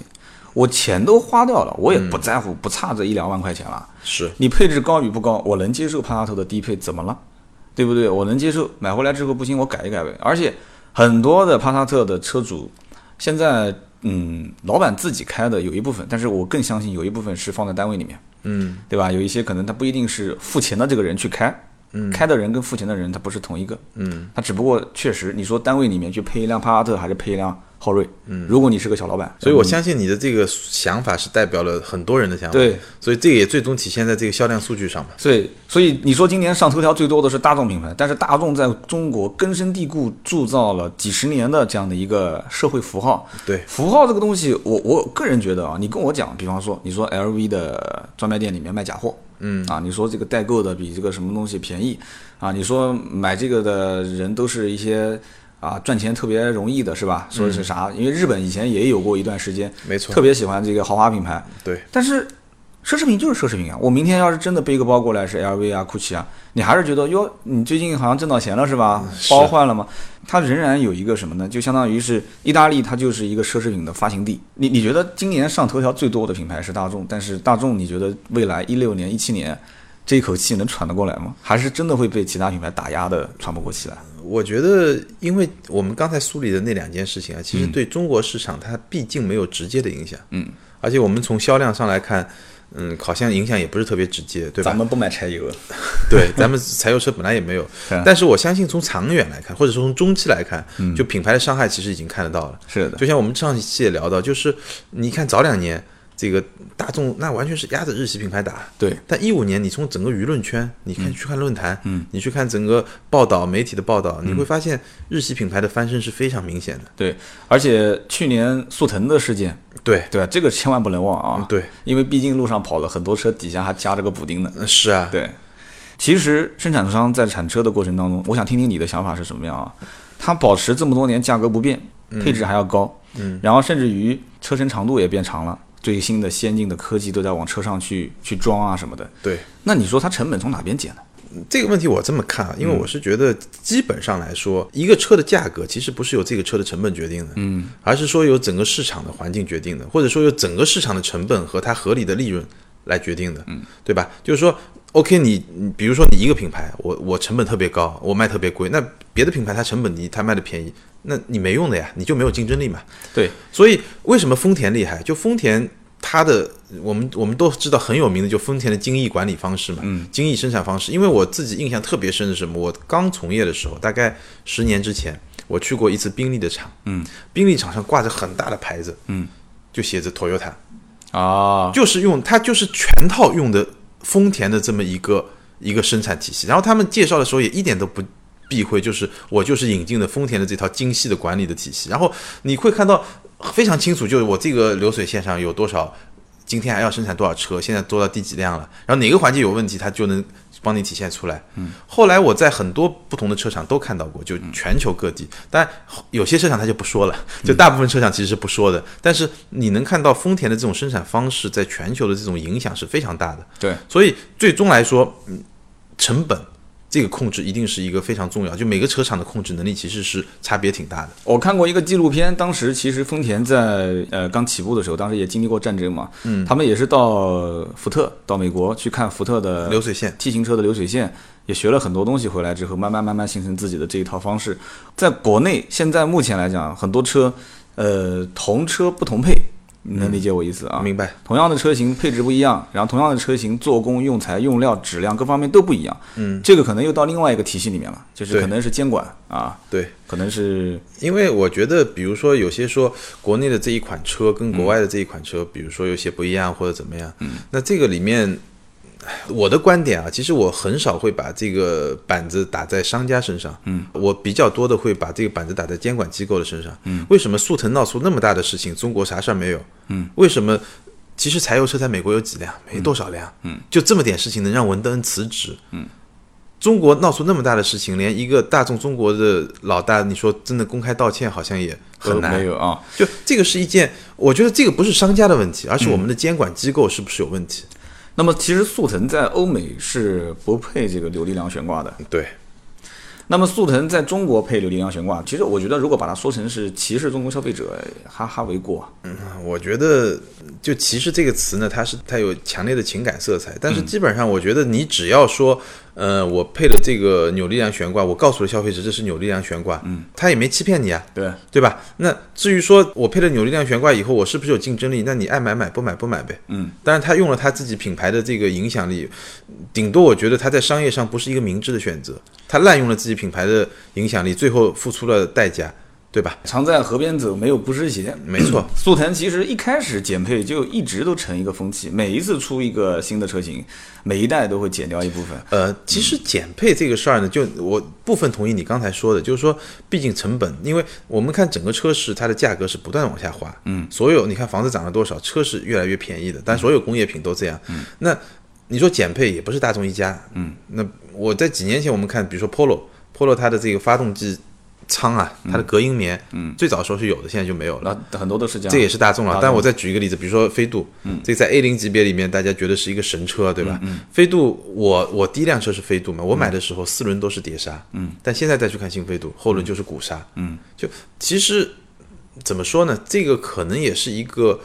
[SPEAKER 1] 我钱都花掉了，我也
[SPEAKER 2] 嗯
[SPEAKER 1] 不在乎，不差这一两万块钱了。
[SPEAKER 2] 是
[SPEAKER 1] 你配置高与不高，我能接受帕萨特的低配，怎么了？对不对？我能接受，买回来之后不行，我改一改呗。而且很多的帕萨特的车主，现在嗯，老板自己开的有一部分，但是我更相信有一部分是放在单位里面，嗯，对吧？有一些可能他不一定是付钱的这个人去开。嗯，开的人跟付钱的人他不是同一个，嗯，他只不过确实，你说单位里面去配一辆帕萨特还是配一辆昊锐，嗯，如果你是个小老板，
[SPEAKER 2] 所以我相信你的这个想法是代表了很多人的想法，
[SPEAKER 1] 对，
[SPEAKER 2] 所以这个也最终体现在这个销量数据上嘛。
[SPEAKER 1] 所以，所以你说今年上头条最多的是大众品牌，但是大众在中国根深蒂固铸造了几十年的这样的一个社会符号。
[SPEAKER 2] 对
[SPEAKER 1] 符号这个东西，我我个人觉得啊，你跟我讲，比方说你说 LV 的专卖店里面卖假货，嗯啊，你说这个代购的比这个什么东西便宜啊，你说买这个的人都是一些。啊，赚钱特别容易的是吧？说是啥？因为日本以前也有过一段时间，
[SPEAKER 2] 没错
[SPEAKER 1] 特别喜欢这个豪华品牌，
[SPEAKER 2] 对，
[SPEAKER 1] 但是奢侈品就是奢侈品啊！我明天要是真的背一个包过来是 LV 啊、GUCCI 啊，你还是觉得哟，你最近好像挣到钱了嗯是吧？包换了吗？它仍然有一个什么呢？就相当于是意大利，它就是一个奢侈品的发行地。你你觉得今年上头条最多的品牌是大众，但是大众你觉得未来一六年、一七年这一口气能喘得过来吗？还是真的会被其他品牌打压的喘不过气来？
[SPEAKER 2] 我觉得，因为我们刚才梳理的那两件事
[SPEAKER 1] 嗯
[SPEAKER 2] 情啊，其实对中国市场它毕竟没有直接的影响，嗯，而且我们从销量上来看，嗯，好像影响也不是特别直接，对吧？
[SPEAKER 1] 们不买柴油，
[SPEAKER 2] 对，咱们柴油车本来也没有，但是我相信从长远来看，或者说从中期来看，就品牌的伤害其实已经看得到了。
[SPEAKER 1] 是的，
[SPEAKER 2] 就像我们上一期也聊到，就是你看早两年这个大众那完全是压着日系品牌打，
[SPEAKER 1] 对，
[SPEAKER 2] 但一五年，你从整个舆论圈，你看去看论坛，你去看整个报道媒体的报道，你会发现日系品牌的翻身是非常明显的。
[SPEAKER 1] 对，而且去年速腾的事件，
[SPEAKER 2] 对，
[SPEAKER 1] 对，这个千万不能忘啊！
[SPEAKER 2] 嗯对，
[SPEAKER 1] 因为毕竟路上跑了很多车，底下还夹着个补丁呢。
[SPEAKER 2] 呃是啊，
[SPEAKER 1] 对，其实生产商在产车的过程当中，我想听听你的想法是什么样啊？它保持这么多年价格不变，配置还要高，嗯，然后甚至于车身长度也变长了，最新的先进的科技都在往车上去去装啊什么的。
[SPEAKER 2] 对，
[SPEAKER 1] 那你说它成本从哪边减呢？
[SPEAKER 2] 这个问题我这么看啊，因为我是觉得基本上来说，一个车的价格其实不是由这个车的成本决定的，嗯，而是说由整个市场的环境决定的，或者说由整个市场的成本和它合理的利润来决定的，嗯，对吧？就是说 OK，你你比如说你一个品牌，我我成本特别高，我卖特别贵，那别的品牌它成本低，它卖的便宜，那你没用的呀，你就没有竞争力嘛。
[SPEAKER 1] 对，
[SPEAKER 2] 所以为什么丰田厉害？就丰田它的，我们我们都知道很有名的，就丰田的精益管理方式嘛，
[SPEAKER 1] 嗯
[SPEAKER 2] 精益生产方式。因为我自己印象特别深的是什么？我刚从业的时候，大概十年之前，我去过一次宾利的厂，
[SPEAKER 1] 嗯，
[SPEAKER 2] 宾利厂上挂着很大的牌子，
[SPEAKER 1] 嗯，
[SPEAKER 2] 就写着 Toyota，
[SPEAKER 1] 啊，
[SPEAKER 2] 就是用它就是全套用的丰田的这么一个一个生产体系。然后他们介绍的时候也一点都不避讳，就是我就是引进了丰田的这套精细的管理的体系。然后你会看到非常清楚，就是我这个流水线上有多少。今天还要生产多少车？现在做到第几辆了？然后哪个环节有问题，它就能帮你体现出来。嗯，后来我在很多不同的车厂都看到过，就全球各地。但有些车厂它就不说了，就大部分车厂其实是不说的。但是你能看到丰田的这种生产方式在全球的这种影响是非常大的。
[SPEAKER 1] 对，
[SPEAKER 2] 所以最终来说，嗯，成本这个控制一定是一个非常重要，就每个车厂的控制能力其实是差别挺大的。
[SPEAKER 1] 我看过一个纪录片，当时其实丰田在呃刚起步的时候，当时也经历过战争嘛，嗯，他们也是到福特到美国去看福特的
[SPEAKER 2] 流水线
[SPEAKER 1] T 型车的流水线，也学了很多东西回来之后，慢慢慢慢形成自己的这一套方式。在国内现在目前来讲，很多车呃同车不同配，你能理解我意思啊？
[SPEAKER 2] 明白？
[SPEAKER 1] 同样的车型配置不一样，然后同样的车型做工、用材、用料、质量各方面都不一样，嗯，这个可能又到另外一个体系里面了，就是
[SPEAKER 2] 对
[SPEAKER 1] 可能是监管啊，
[SPEAKER 2] 对。
[SPEAKER 1] 可能是
[SPEAKER 2] 因为我觉得，比如说有些说国内的这一款车跟国外的这一款
[SPEAKER 1] 嗯
[SPEAKER 2] 车，比如说有些不一样或者怎么样，那这个里面，唉我的观点啊，其实我很少会把这个板子打在商家身上，嗯，我比较多的会把这个板子打在监管机构的身上，嗯，为什么速腾闹出那么大的事情，中国啥事儿没有，嗯，为什么？其实柴油车在美国有几辆，没多少辆，嗯，就这么点事情能让文登辞职，中国闹出那么大的事情，连一个大众中国的老大，你说真的公开道歉，好像也很
[SPEAKER 1] 都
[SPEAKER 2] 难
[SPEAKER 1] 没。有啊。
[SPEAKER 2] 就这个是一件，我觉得这个不是商家的问题，而是我们的监管机构是不是有问题？
[SPEAKER 1] 那么其实速腾在欧美是不配这个扭力梁悬挂的。
[SPEAKER 2] 对，
[SPEAKER 1] 那么速腾在中国配扭力梁悬挂，其实我觉得如果把它说成是歧视中国消费者，哈哈为过啊。
[SPEAKER 2] 嗯我觉得就歧视这个词呢，它是它有强烈的情感色彩，但是基本上我觉得你只要说，呃，我配了这个扭力梁悬挂，我告诉了消费者这是扭力梁悬挂，嗯，他也没欺骗你啊，
[SPEAKER 1] 对，
[SPEAKER 2] 对吧？那至于说我配了扭力梁悬挂以后，我是不是有竞争力？那你爱买买，不买不买呗。
[SPEAKER 1] 嗯，
[SPEAKER 2] 但是他用了他自己品牌的这个影响力，顶多我觉得他在商业上不是一个明智的选择，他滥用了自己品牌的影响力，最后付出了代价，对吧？
[SPEAKER 1] 常在河边走，没有不湿鞋。
[SPEAKER 2] 没错，
[SPEAKER 1] 速腾其实一开始减配就一直都成一个风气，每一次出一个新的车型，每一代都会减掉一部分。
[SPEAKER 2] 呃，其实减配这个事儿呢，就我部分同意你刚才说的，就是说，毕竟成本，因为我们看整个车市，它的价格是不断往下滑。嗯，所有你看房子涨了多少，车是越来越便宜的，但所有工业品都这样。嗯，那你说减配也不是大众一家。嗯，那我在几年前我们看，比如说 Polo，Polo 它的这个发动机舱啊，它的隔音棉，嗯，最早的时候是有的，现在就没有了。
[SPEAKER 1] 那很多都是这样。
[SPEAKER 2] 这也是大众了
[SPEAKER 1] 大。
[SPEAKER 2] 但我再举一个例子，比如说飞度，这在 A 零级别里面大家觉得是一个神车，对吧？飞度，我我第一辆车是飞度嘛，我买的时候四轮都是碟刹，嗯，但现在再去看新飞度，后轮就是鼓刹，嗯，就其实怎么说呢？这个可能也是一个。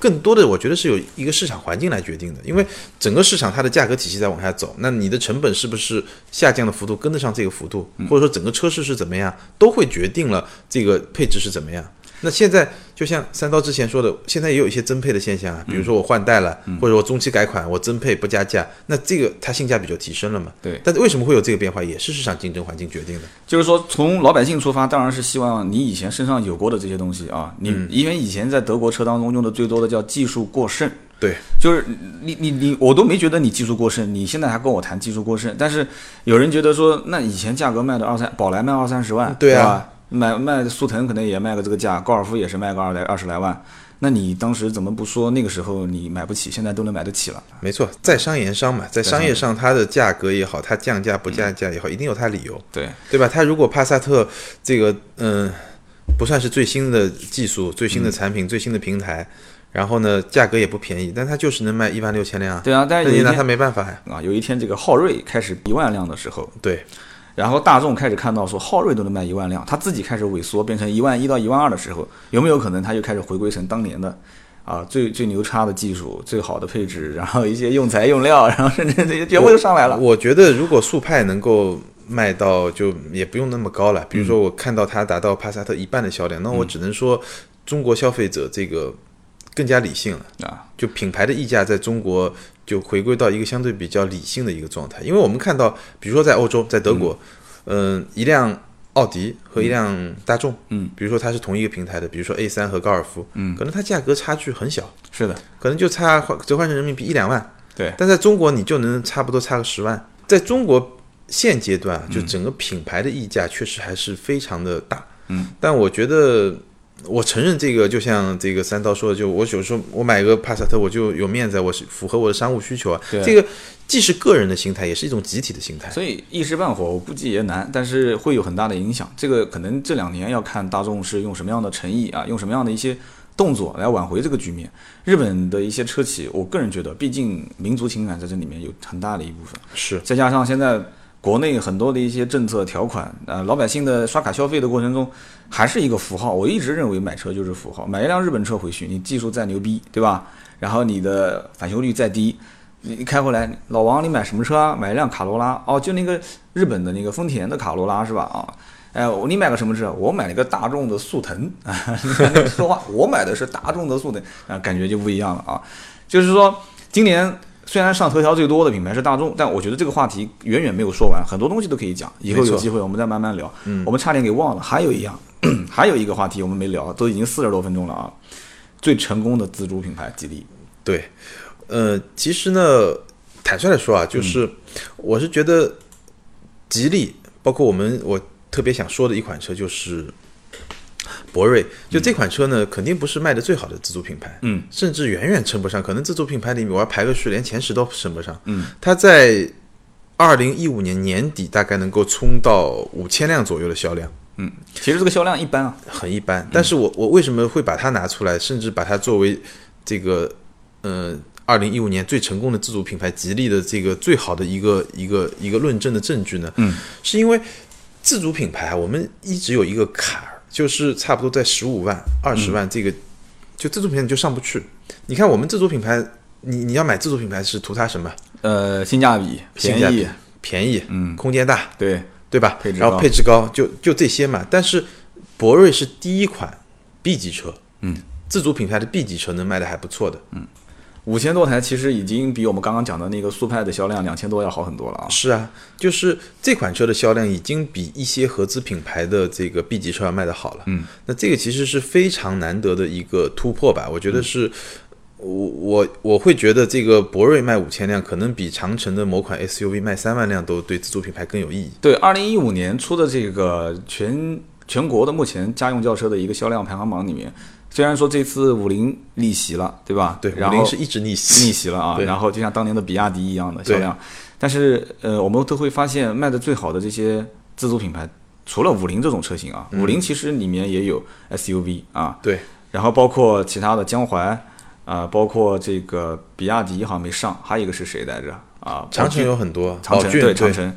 [SPEAKER 2] 更多的，我觉得是有一个市场环境来决定的，因为整个市场它的价格体系在往下走，那你的成本是不是下降的幅度跟得上这个幅度，或者说整个车市是怎么样，都会决定了这个配置是怎么样。那现在就像三刀之前说的，现在也有一些增配的现象啊，比如说我换代了，
[SPEAKER 1] 嗯
[SPEAKER 2] 或者我中期改款，我增配不加价，那这个它性价比就提升了嘛。
[SPEAKER 1] 对
[SPEAKER 2] 但是为什么会有这个变化，也是市场竞争环境决定的。
[SPEAKER 1] 就是说，从老百姓出发，当然是希望你以前身上有过的这些东西啊，你
[SPEAKER 2] 嗯
[SPEAKER 1] 因为以前在德国车当中用的最多的叫技术过剩，
[SPEAKER 2] 对，
[SPEAKER 1] 就是你你你，我都没觉得你技术过剩，你现在还跟我谈技术过剩，但是有人觉得说，那以前价格卖的二三，宝来卖二三十万，
[SPEAKER 2] 对啊
[SPEAKER 1] 吧？买卖速腾可能也卖个这个价，高尔夫也是卖个二来二十来万，那你当时怎么不说那个时候你买不起，现在都能买得起了？
[SPEAKER 2] 没错，在商言商嘛，在商业上它的价格也好，它降价不降价也好，一定有它理由。
[SPEAKER 1] 对，
[SPEAKER 2] 对吧？它如果帕萨特这个嗯、不算是最新的技术、最
[SPEAKER 1] 嗯
[SPEAKER 2] 新的产品、最新的平台，然后呢价格也不便宜，但它就是能卖一万六千辆啊，
[SPEAKER 1] 对啊，但
[SPEAKER 2] 那
[SPEAKER 1] 是有
[SPEAKER 2] 你
[SPEAKER 1] 一
[SPEAKER 2] 拿它
[SPEAKER 1] 天
[SPEAKER 2] 没办法呀。
[SPEAKER 1] 啊，有一天这个昊锐开始一万辆的时候，
[SPEAKER 2] 对，
[SPEAKER 1] 然后大众开始看到说昊锐都能卖一万辆，他自己开始萎缩，变成一万一到一万二的时候，有没有可能他又开始回归成当年的啊，最最牛叉的技术、最好的配置，然后一些用材用料，然后甚至这些爵位就上来了。
[SPEAKER 2] 我觉得如果速派能够卖到，就也不用那么高了。比如说，我看到它达到帕萨特一半的销量，那我只能说中国消费者这个更加理性了
[SPEAKER 1] 啊。
[SPEAKER 2] 就品牌的溢价在中国就回归到一个相对比较理性的一个状态，因为我们看到，比如说在欧洲，在德国，嗯，一辆。奥迪和一辆大众，
[SPEAKER 1] 嗯，
[SPEAKER 2] 比如说它是同一个平台的，比如说 A 三和高尔夫，嗯，可能它价格差距很小，
[SPEAKER 1] 是的，
[SPEAKER 2] 可能就差换折换成人民币一两万，
[SPEAKER 1] 对
[SPEAKER 2] 但在中国你就能差不多差个十万。在中国现阶段啊，就整个品牌的溢价确实还是非常的大。
[SPEAKER 1] 嗯，
[SPEAKER 2] 但我觉得我承认这个，就像这个三刀说的，就我有时候我买个帕萨特，我就有面子啊，我是符合我的商务需求啊。
[SPEAKER 1] 对
[SPEAKER 2] 这个既是个人的心态，也是一种集体的心态。
[SPEAKER 1] 所以一时半会儿我估计也难，但是会有很大的影响。这个可能这两年要看大众是用什么样的诚意啊，用什么样的一些动作来挽回这个局面。日本的一些车企，我个人觉得，毕竟民族情感在这里面有很大的一部分。
[SPEAKER 2] 是
[SPEAKER 1] 再加上现在国内很多的一些政策条款，呃，老百姓的刷卡消费的过程中，还是一个符号。我一直认为买车就是符号，买一辆日本车回去，你技术再牛逼，对吧？然后你的返修率再低，你你开回来，老王你买什么车啊？买一辆卡罗拉，哦，就那个日本的那个丰田的卡罗拉是吧？啊。哎，我你买个什么车？我买了个大众的速腾啊！ 你看那个说话，我买的是大众的速腾啊，感觉就不一样了啊。就是说，今年虽然上头条最多的品牌是大众，但我觉得这个话题远远没有说完，很多东西都可以讲，以后有机会我们再慢慢聊。我们差点给忘了，还有一样， 还有一个话题我们没聊，都已经四十多分钟了啊。最成功的自主品牌吉利，
[SPEAKER 2] 对，呃，其实呢，坦率的说啊，就是我是觉得吉利，包括我们我特别想说的一款车就是博瑞，就这款车呢，肯定不是卖的最好的自主品牌，
[SPEAKER 1] 嗯，
[SPEAKER 2] 甚至远远称不上，可能自主品牌里面我要排个序，连前十都称不上，
[SPEAKER 1] 嗯，
[SPEAKER 2] 它在。二零一五年年底大概能够冲到五千辆左右的销量，
[SPEAKER 1] 嗯，其实这个销量一般啊，
[SPEAKER 2] 很一般。但是我我为什么会把它拿出来，甚至把它作为这个呃二零一五年最成功的自主品牌吉利的这个最好的一个一个一个论证的证据呢？
[SPEAKER 1] 嗯，
[SPEAKER 2] 是因为自主品牌啊我们一直有一个坎儿，就是差不多在十五万、二十万这个，就自主品牌你就上不去。你看我们自主品牌，你你要买自主品牌是图它什么？
[SPEAKER 1] 呃，性价比
[SPEAKER 2] 性
[SPEAKER 1] 便
[SPEAKER 2] 价比
[SPEAKER 1] 宜，
[SPEAKER 2] 便宜，嗯，空间大，
[SPEAKER 1] 对，
[SPEAKER 2] 对吧？
[SPEAKER 1] 配置
[SPEAKER 2] 然后
[SPEAKER 1] 高
[SPEAKER 2] 配置高，就就这些嘛。但是博瑞是第一款 B 级车，
[SPEAKER 1] 嗯，
[SPEAKER 2] 自主品牌的 B 级车能卖的还不错的。
[SPEAKER 1] 五千多台其实已经比我们刚刚讲的那个速派的销量两千多要好很多了啊。
[SPEAKER 2] 是啊，就是这款车的销量已经比一些合资品牌的这个 B 级车要卖的好了。
[SPEAKER 1] 嗯，
[SPEAKER 2] 那这个其实是非常难得的一个突破吧？我觉
[SPEAKER 1] 嗯
[SPEAKER 2] 得是。我我我会觉得这个博瑞卖五千辆，可能比长城的某款 SUV 卖三万辆都对自主品牌更有意义。
[SPEAKER 1] 对，二零一五年出的这个全全国的目前家用轿车的一个销量排行榜里面，虽然说这次五菱逆袭了，对吧？
[SPEAKER 2] 对，
[SPEAKER 1] 然
[SPEAKER 2] 五
[SPEAKER 1] 后
[SPEAKER 2] 菱是一直逆袭，
[SPEAKER 1] 逆袭了啊，
[SPEAKER 2] 对
[SPEAKER 1] 然后就像当年的比亚迪一样的
[SPEAKER 2] 对
[SPEAKER 1] 销量，但是呃，我们都会发现卖的最好的这些自主品牌，除了五菱这种车型啊，五菱其实里面也有 SUV 啊，
[SPEAKER 2] 嗯对，
[SPEAKER 1] 然后包括其他的江淮啊、包括这个比亚迪好像没上，还有一个是谁来着啊？
[SPEAKER 2] 长城有很多，
[SPEAKER 1] 长
[SPEAKER 2] 宝
[SPEAKER 1] 城
[SPEAKER 2] 哦骏
[SPEAKER 1] 对长城，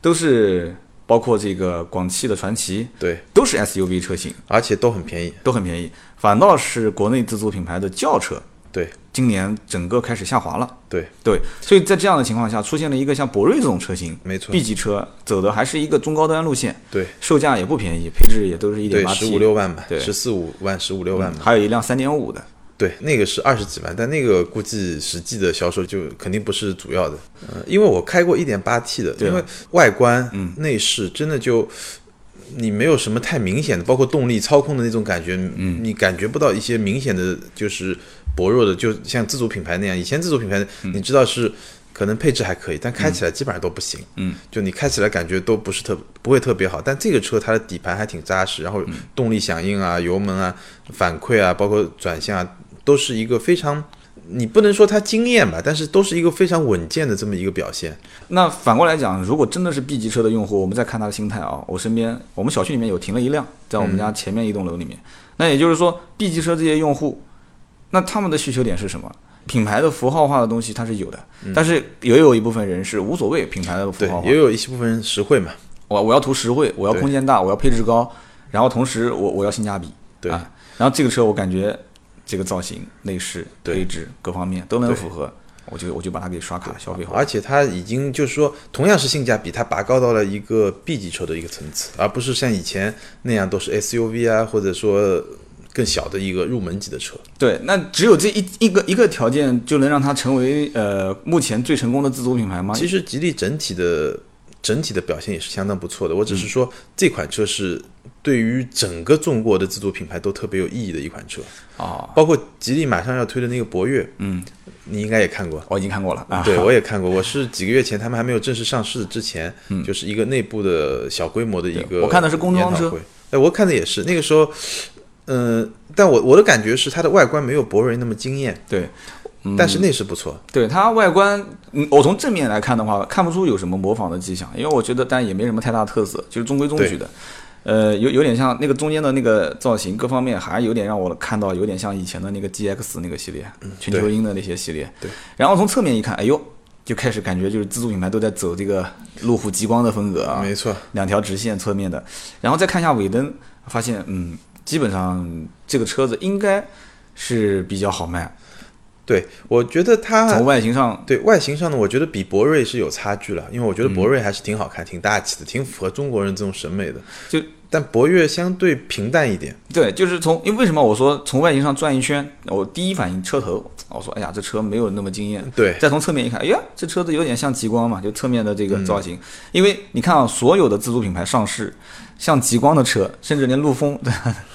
[SPEAKER 1] 都是包括这个广汽的传祺，
[SPEAKER 2] 对，
[SPEAKER 1] 都是 SUV 车型，
[SPEAKER 2] 而且都很便宜。
[SPEAKER 1] 都很便宜。反倒是国内自主品牌的轿车，
[SPEAKER 2] 对
[SPEAKER 1] 今年整个开始下滑了。
[SPEAKER 2] 对，
[SPEAKER 1] 对，所以在这样的情况下，出现了一个像博瑞这种车型，
[SPEAKER 2] 没错
[SPEAKER 1] B 级车走的还是一个中高端路线，
[SPEAKER 2] 对
[SPEAKER 1] 售价也不便宜，配置也都是一点
[SPEAKER 2] 对，
[SPEAKER 1] 八
[SPEAKER 2] 十五
[SPEAKER 1] T，
[SPEAKER 2] 六万吧，
[SPEAKER 1] 对
[SPEAKER 2] 十四五万、十五六万吧。
[SPEAKER 1] 还有一辆三点五的。
[SPEAKER 2] 对，那个是二十几万，但那个估计实际的销售就肯定不是主要的。嗯，因为我开过一点八 T 的，
[SPEAKER 1] 对啊嗯
[SPEAKER 2] 因为外观、内饰真的就。你没有什么太明显的，包括动力操控的那种感觉，嗯，你感觉不到一些明显的就是薄弱的，就像自主品牌那样。以前自主品牌，
[SPEAKER 1] 嗯
[SPEAKER 2] 你知道是可能配置还可以，但开起来基本上都不行，
[SPEAKER 1] 嗯，
[SPEAKER 2] 就你开起来感觉都不是特不会特别好。但这个车它的底盘还挺扎实，然后
[SPEAKER 1] 嗯
[SPEAKER 2] 动力响应啊、油门啊、反馈啊，包括转向啊，都是一个非常。你不能说它惊艳吧，但是都是一个非常稳健的这么一个表现。
[SPEAKER 1] 那反过来讲，如果真的是 B 级车的用户，我们再看他的心态啊。我身边，我们小区里面有停了一辆，在我们
[SPEAKER 2] 嗯
[SPEAKER 1] 家前面一栋楼里面。那也就是说，B 级车这些用户，那他们的需求点是什么？品牌的符号化的东西它是有的，但是也有一部分人是无所谓品牌的符
[SPEAKER 2] 嗯对
[SPEAKER 1] 号，化
[SPEAKER 2] 也。有一些部分人实惠嘛。
[SPEAKER 1] 我我要图实惠，我要空间大，我要配置高，然后同时我我要性价比。
[SPEAKER 2] 对
[SPEAKER 1] 啊，然后这个车我感觉这个造型、内饰、
[SPEAKER 2] 对
[SPEAKER 1] 配置各方面都能符合，我就我就把它给刷卡消费回来。
[SPEAKER 2] 而且它已经就是说，同样是性价比，它拔高到了一个 B 级车的一个层次，而不是像以前那样都是 SUV 啊，或者说更小的一个入门级的车。
[SPEAKER 1] 对，那只有这一一个一个条件就能让它成为呃目前最成功的自主品牌吗？
[SPEAKER 2] 其实吉利整体的整体的表现也是相当不错的，我只是说这款车是对于整个中国的自主品牌都特别有意义的一款车，
[SPEAKER 1] 哦，
[SPEAKER 2] 包括吉利马上要推的那个博越，嗯，你应该也看过。
[SPEAKER 1] 我已经看过了 啊。
[SPEAKER 2] 对，我也看过，我是几个月前他们还没有正式上市之前，就是一个内部的小规模的一个，
[SPEAKER 1] 嗯我看的是工装车，
[SPEAKER 2] 哎，我看的也是那个时候，嗯、但我我的感觉是它的外观没有博瑞那么惊艳，
[SPEAKER 1] 对嗯
[SPEAKER 2] 但是内饰不错，
[SPEAKER 1] 对，它外观，嗯，我从正面来看的话，看不出有什么模仿的迹象，因为我觉得但也没什么太大特色，就是中规中矩的。呃，有有点像那个中间的那个造型，各方面还有点让我看到有点像以前的那个 GX 那个系列，全球鹰的那些系列。
[SPEAKER 2] 对。
[SPEAKER 1] 然后从侧面一看，哎呦，就开始感觉就是自主品牌都在走这个路虎极光的风格啊。
[SPEAKER 2] 没错，
[SPEAKER 1] 两条直线侧面的，然后再看一下尾灯，发现嗯，基本上这个车子应该是比较好卖。
[SPEAKER 2] 对我觉得它
[SPEAKER 1] 从外形上，
[SPEAKER 2] 对外形上呢，我觉得比博瑞是有差距了，因为我觉得
[SPEAKER 1] 嗯
[SPEAKER 2] 博瑞还是挺好看、挺大气的，挺符合中国人这种审美的。
[SPEAKER 1] 就
[SPEAKER 2] 但博越相对平淡一点，
[SPEAKER 1] 对，就是从因为为什么我说从外形上转一圈，我第一反应车头，我说哎呀这车没有那么惊艳。
[SPEAKER 2] 对
[SPEAKER 1] 再从侧面一看，哎呀这车子有点像极光嘛，就侧面的这个造
[SPEAKER 2] 嗯
[SPEAKER 1] 型。因为你看啊，所有的自主品牌上市，像极光的车，甚至连陆风，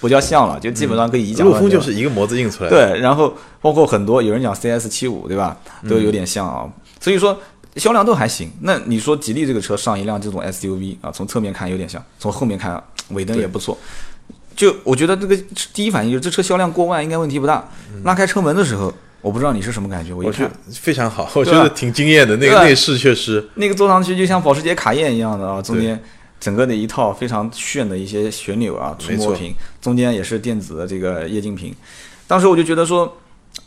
[SPEAKER 1] 不叫像了，就基本上可以一讲
[SPEAKER 2] 陆
[SPEAKER 1] 万
[SPEAKER 2] 风
[SPEAKER 1] 对
[SPEAKER 2] 就
[SPEAKER 1] 吧
[SPEAKER 2] 是一个模子印出来的。
[SPEAKER 1] 对，然后包括很多有人讲 CS 七五，对吧？都有点像啊、所以说销量都还行。那你说吉利这个车上一辆这种 SUV 啊，从侧面看有点像，从后面看尾灯也不错。就我觉得这个第一反应就是这车销量过万应该问题不大。拉开车门的时候，我不知道你是什么感觉，嗯我一
[SPEAKER 2] 我觉
[SPEAKER 1] 看
[SPEAKER 2] 得非常好，我觉
[SPEAKER 1] 对吧
[SPEAKER 2] 得挺惊艳的。那
[SPEAKER 1] 对
[SPEAKER 2] 个
[SPEAKER 1] 吧
[SPEAKER 2] 内饰确实，
[SPEAKER 1] 那个坐上去就像保时捷卡宴一样的啊，中间整个的一套非常炫的一些旋钮啊、触
[SPEAKER 2] 没
[SPEAKER 1] 摸
[SPEAKER 2] 错
[SPEAKER 1] 屏，中间也是电子的这个液晶屏。当时我就觉得说，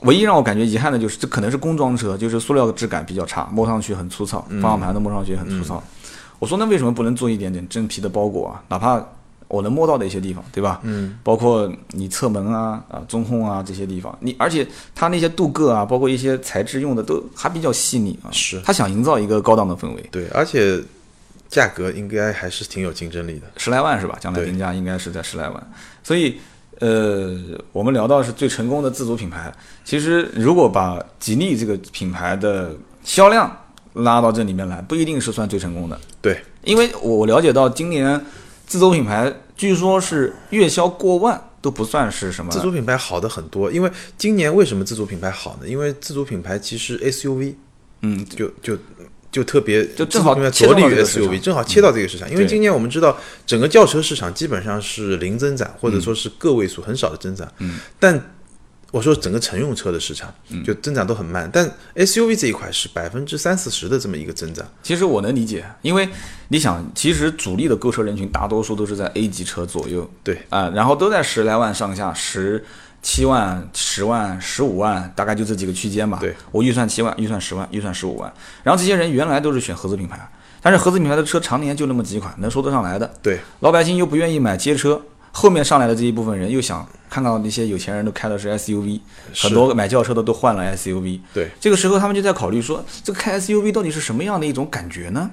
[SPEAKER 1] 唯一让我感觉遗憾的就是这可能是工装车，就是塑料质感比较差，摸上去很粗糙，
[SPEAKER 2] 嗯
[SPEAKER 1] 方向盘的摸上去也很粗糙。我说那为什么不能做一点点真皮的包裹啊？哪怕我能摸到的一些地方，对吧？嗯，包括你侧门啊、啊中控啊这些地方，你而且它那些镀铬啊，包括一些材质用的都还比较细腻啊。
[SPEAKER 2] 是
[SPEAKER 1] 他想营造一个高档的氛围。
[SPEAKER 2] 对，而且价格应该还是挺有竞争力的。
[SPEAKER 1] 十来万是吧？将来
[SPEAKER 2] 对
[SPEAKER 1] 定价应该是在十来万。所以，呃，我们聊到是最成功的自主品牌。其实，如果把吉利这个品牌的销量拉到这里面来，不一定是算最成功的，
[SPEAKER 2] 对，
[SPEAKER 1] 因为我了解到今年自主品牌据说是月销过万都不算是什么
[SPEAKER 2] 自主品牌好的很多，因为今年为什么自主品牌好呢？因为自主品牌其实 SUV，
[SPEAKER 1] 嗯，
[SPEAKER 2] 就就就特别
[SPEAKER 1] 就正好
[SPEAKER 2] 自主品牌
[SPEAKER 1] 切到
[SPEAKER 2] 着力
[SPEAKER 1] 这
[SPEAKER 2] 于
[SPEAKER 1] 个市场嗯
[SPEAKER 2] SUV，正好切到这个市场。因为今年我们知道整个轿车市场基本上是零增长，或者说是个位数很少的增长。嗯，但我说整个乘用车的市场
[SPEAKER 1] 嗯
[SPEAKER 2] 就增长都很慢，但 SUV 这一块是百分之三四十的这么一个增长。
[SPEAKER 1] 其实我能理解，因为你想，其实主力的购车人群大多数都是在 A 级车左右，
[SPEAKER 2] 对
[SPEAKER 1] 啊、然后都在十来万上下，十七万、十万、十五万，大概就这几个区间吧。
[SPEAKER 2] 对，
[SPEAKER 1] 我预算七万，预算十万，预算十五万，然后这些人原来都是选合资品牌，但是合资品牌的车常年就那么几款能说得上来的，
[SPEAKER 2] 对，
[SPEAKER 1] 老百姓又不愿意买街车，后面上来的这一部分人又想看到那些有钱人都开的是 SUV，很多买轿车的都换了 SUV。
[SPEAKER 2] 对，
[SPEAKER 1] 这个时候他们就在考虑说，这个开 SUV 到底是什么样的一种感觉呢？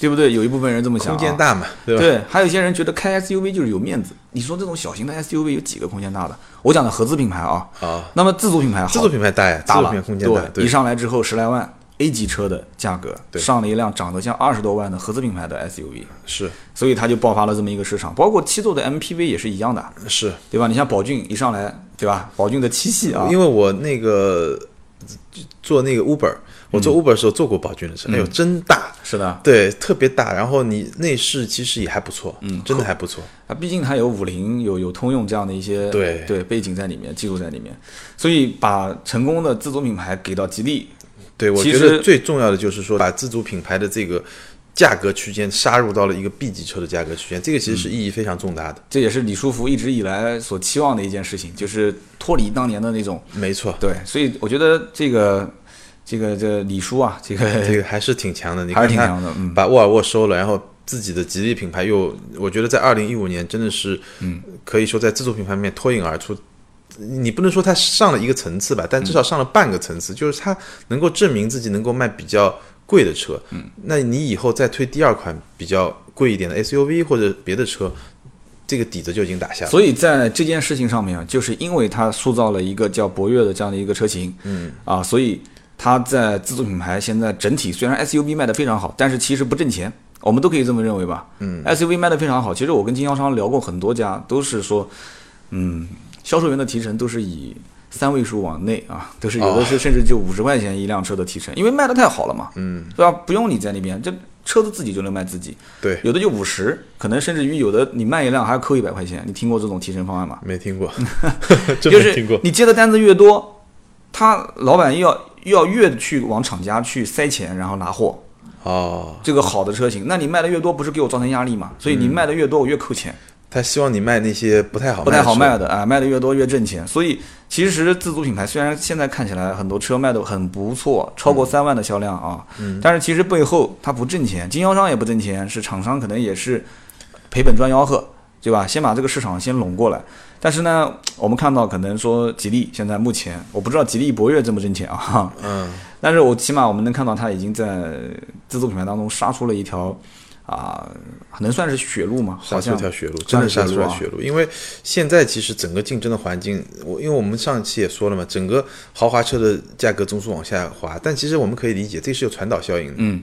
[SPEAKER 1] 对不对？有一部分人这么想、啊，
[SPEAKER 2] 空间大嘛，对吧？
[SPEAKER 1] 对，还有一些人觉得开 SUV 就是有面子。你说这种小型的 SUV 有几个空间大的？我讲的合资品牌啊，
[SPEAKER 2] 啊，
[SPEAKER 1] 那么自主品牌好，
[SPEAKER 2] 自主品牌大呀，自
[SPEAKER 1] 大
[SPEAKER 2] 主
[SPEAKER 1] 了，
[SPEAKER 2] 品牌空间大，
[SPEAKER 1] 对，一上来之后十来万 A 级车的价格，
[SPEAKER 2] 对
[SPEAKER 1] 上了一辆涨得像二十多万的合资品牌的 SUV，
[SPEAKER 2] 是
[SPEAKER 1] 所以它就爆发了这么一个市场。包括七座的 MPV 也是一样的，
[SPEAKER 2] 是。
[SPEAKER 1] 对吧？你像宝骏一上来，对吧？宝骏的七系啊，
[SPEAKER 2] 因为我那个做那个 Uber，我
[SPEAKER 1] 嗯
[SPEAKER 2] 做 Uber 的时候坐过宝骏的车，哎呦，真大，
[SPEAKER 1] 是的，
[SPEAKER 2] 对，特别大。然后你内饰其实也还不错，嗯，真的还不错。
[SPEAKER 1] 它啊毕竟它有五菱、有有通用这样的一些
[SPEAKER 2] 对
[SPEAKER 1] 对背景在里面、技术在里面，所以把成功的自主品牌给到吉利，
[SPEAKER 2] 对，我
[SPEAKER 1] 其
[SPEAKER 2] 觉
[SPEAKER 1] 实
[SPEAKER 2] 得最重要的就是说，把自主品牌的这个价格区间杀入到了一个 B 级车的价格区间，这个其
[SPEAKER 1] 嗯
[SPEAKER 2] 实是意义非常重大的。
[SPEAKER 1] 这也是李书福一直以来所期望的一件事情，就是脱离当年的那种
[SPEAKER 2] 没错，
[SPEAKER 1] 对，所以我觉得这个这个这个李叔啊，这个
[SPEAKER 2] 这个还是挺强的，你
[SPEAKER 1] 还
[SPEAKER 2] 看
[SPEAKER 1] 是挺
[SPEAKER 2] 他
[SPEAKER 1] 强的嗯
[SPEAKER 2] 把沃尔沃收了，然后自己的吉利品牌又，我觉得在二零一五年真的是，嗯，可以说在自主品牌面脱颖而出，你不能说它上了一个层次吧，但
[SPEAKER 1] 嗯
[SPEAKER 2] 至少上了半个层次，就是它能够证明自己能够卖比较贵的车。嗯，那你以后再推第二款比较贵一点的 SUV 或者别的车，这个底子就已经打下了。
[SPEAKER 1] 所以在这件事情上面啊，就是因为它塑造了一个叫博越的这样的一个车型，嗯啊，所以它在自主品牌现在整体虽然 SUV 卖得非常好，但是其实不挣钱，我们都可以这么认为吧。嗯，SUV 卖得非常好，其实我跟经销商聊过很多家，都是说，嗯，销售员的提成都是以三位数往内啊，都是有的是甚至就五十块钱一辆车的提成，因为卖得太好了嘛，嗯，对吧？不用你在那边，这车子自己就能卖自己。
[SPEAKER 2] 对，
[SPEAKER 1] 有的就五十，可能甚至于有的你卖一辆还要扣一百块钱。你听过这种提成方案吗？
[SPEAKER 2] 没 听过，
[SPEAKER 1] 就
[SPEAKER 2] 真没
[SPEAKER 1] 是
[SPEAKER 2] 听过。
[SPEAKER 1] 你接的单子越多，他老板又要又要越去往厂家去塞钱，然后拿货。
[SPEAKER 2] 哦，
[SPEAKER 1] 这个好的车型，那你卖的越多，不是给我造成压力嘛？所以
[SPEAKER 2] 嗯
[SPEAKER 1] 你卖的越多，我越扣钱，
[SPEAKER 2] 他希望你卖那些不太好
[SPEAKER 1] 不太好
[SPEAKER 2] 的
[SPEAKER 1] 卖的啊，卖的越多越挣钱。所以其实自主品牌虽然现在看起来很多车卖的很不错，超
[SPEAKER 2] 嗯
[SPEAKER 1] 过三万的销量啊，但是其实背后它不挣钱，经销商也不挣钱，是厂商可能也是赔本赚吆喝，对吧？先把这个市场先拢过来。但是呢，我们看到可能说吉利现在目前，我不知道吉利博越挣不挣钱啊，
[SPEAKER 2] 车。嗯，
[SPEAKER 1] 但是我起码我们能看到它已经在自主品牌当中杀出了一条啊、能算是血路吗？
[SPEAKER 2] 杀
[SPEAKER 1] 好
[SPEAKER 2] 出一
[SPEAKER 1] 像
[SPEAKER 2] 条血路，真的杀出了血路。因为现在其实整个竞争的环境，我因为我们上期也说了嘛，整个豪华车的价格总是往下滑，但其实我们可以理解，这是有传导效应的。
[SPEAKER 1] 嗯，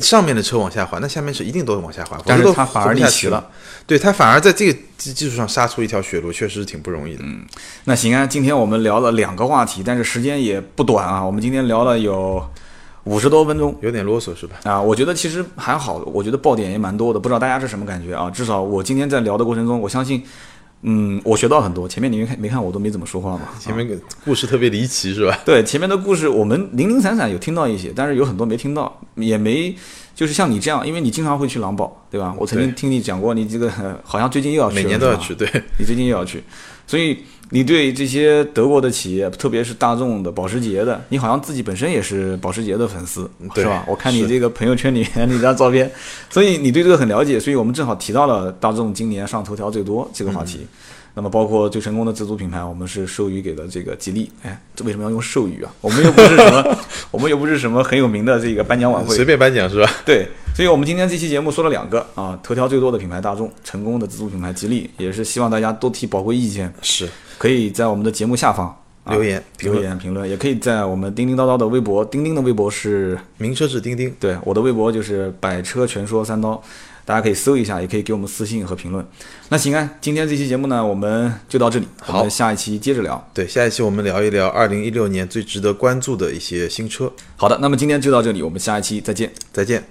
[SPEAKER 2] 上面的车往下滑，那下面车一定都往下滑，
[SPEAKER 1] 但是
[SPEAKER 2] 否则都
[SPEAKER 1] 它反
[SPEAKER 2] 活
[SPEAKER 1] 而
[SPEAKER 2] 不
[SPEAKER 1] 逆
[SPEAKER 2] 下
[SPEAKER 1] 袭
[SPEAKER 2] 去
[SPEAKER 1] 了
[SPEAKER 2] 嘛。对，它反而在这个基基础上杀出一条血路，确实是挺不容易
[SPEAKER 1] 嗯
[SPEAKER 2] 的。
[SPEAKER 1] 那行啊，今天我们聊了两个话题，但是时间也不短啊，我们今天聊了有五十多分钟。
[SPEAKER 2] 有点啰嗦是吧？
[SPEAKER 1] 啊，我觉得其实还好，我觉得爆点也蛮多的，不知道大家是什么感觉啊？至少我今天在聊的过程中，我相信，嗯，我学到很多。前面你没看没看我都没怎么说话嘛，
[SPEAKER 2] 前面个故事特别离奇是吧？
[SPEAKER 1] 对前面的故事，我们零零散散有听到一些，但是有很多没听到，也没就是像你这样，因为你经常会去狼堡，对吧？我曾经
[SPEAKER 2] 对
[SPEAKER 1] 听你讲过，你这个呃好像最近又要去了，
[SPEAKER 2] 每年都要
[SPEAKER 1] 是吧
[SPEAKER 2] 去，对，
[SPEAKER 1] 你最近又要去，所以你对这些德国的企业，特别是大众的、保时捷的，你好像自己本身也是保时捷的粉丝，
[SPEAKER 2] 嗯对
[SPEAKER 1] 是吧？我看你
[SPEAKER 2] 是
[SPEAKER 1] 这个朋友圈里 面那张照片，所以你对这个很了解，所以我们正好提到了大众今年上头条最多这个话题。
[SPEAKER 2] 嗯
[SPEAKER 1] 那么，包括最成功的自主品牌，我们是授予给了这个吉利。哎，这为什么要用授予啊？我们又不是什么， 我们又不是什么很有名的这个颁奖晚会
[SPEAKER 2] 随，便颁奖是吧？
[SPEAKER 1] 对，所以我们今天这期节目说了两个啊，头条最多的品牌大众，成功的自主品牌吉利，也是希望大家多提宝贵意见，
[SPEAKER 2] 是
[SPEAKER 1] 可以在我们的节目下方、啊
[SPEAKER 2] 留言评
[SPEAKER 1] 留
[SPEAKER 2] 论，
[SPEAKER 1] 言评论，也可以在我们叮叮叨叨的微博，钉钉的微博是
[SPEAKER 2] 名车志钉钉，
[SPEAKER 1] 对我的微博就是百车全说三刀，大家可以搜一下，也可以给我们私信和评论。那行啊，今天这期节目呢，我们就到这里，我
[SPEAKER 2] 好
[SPEAKER 1] 们下一期接着聊。
[SPEAKER 2] 对，下一期我们聊一聊二零一六年最值得关注的一些新车。
[SPEAKER 1] 好的，那么今天就到这里，我们下一期再见。
[SPEAKER 2] 再见。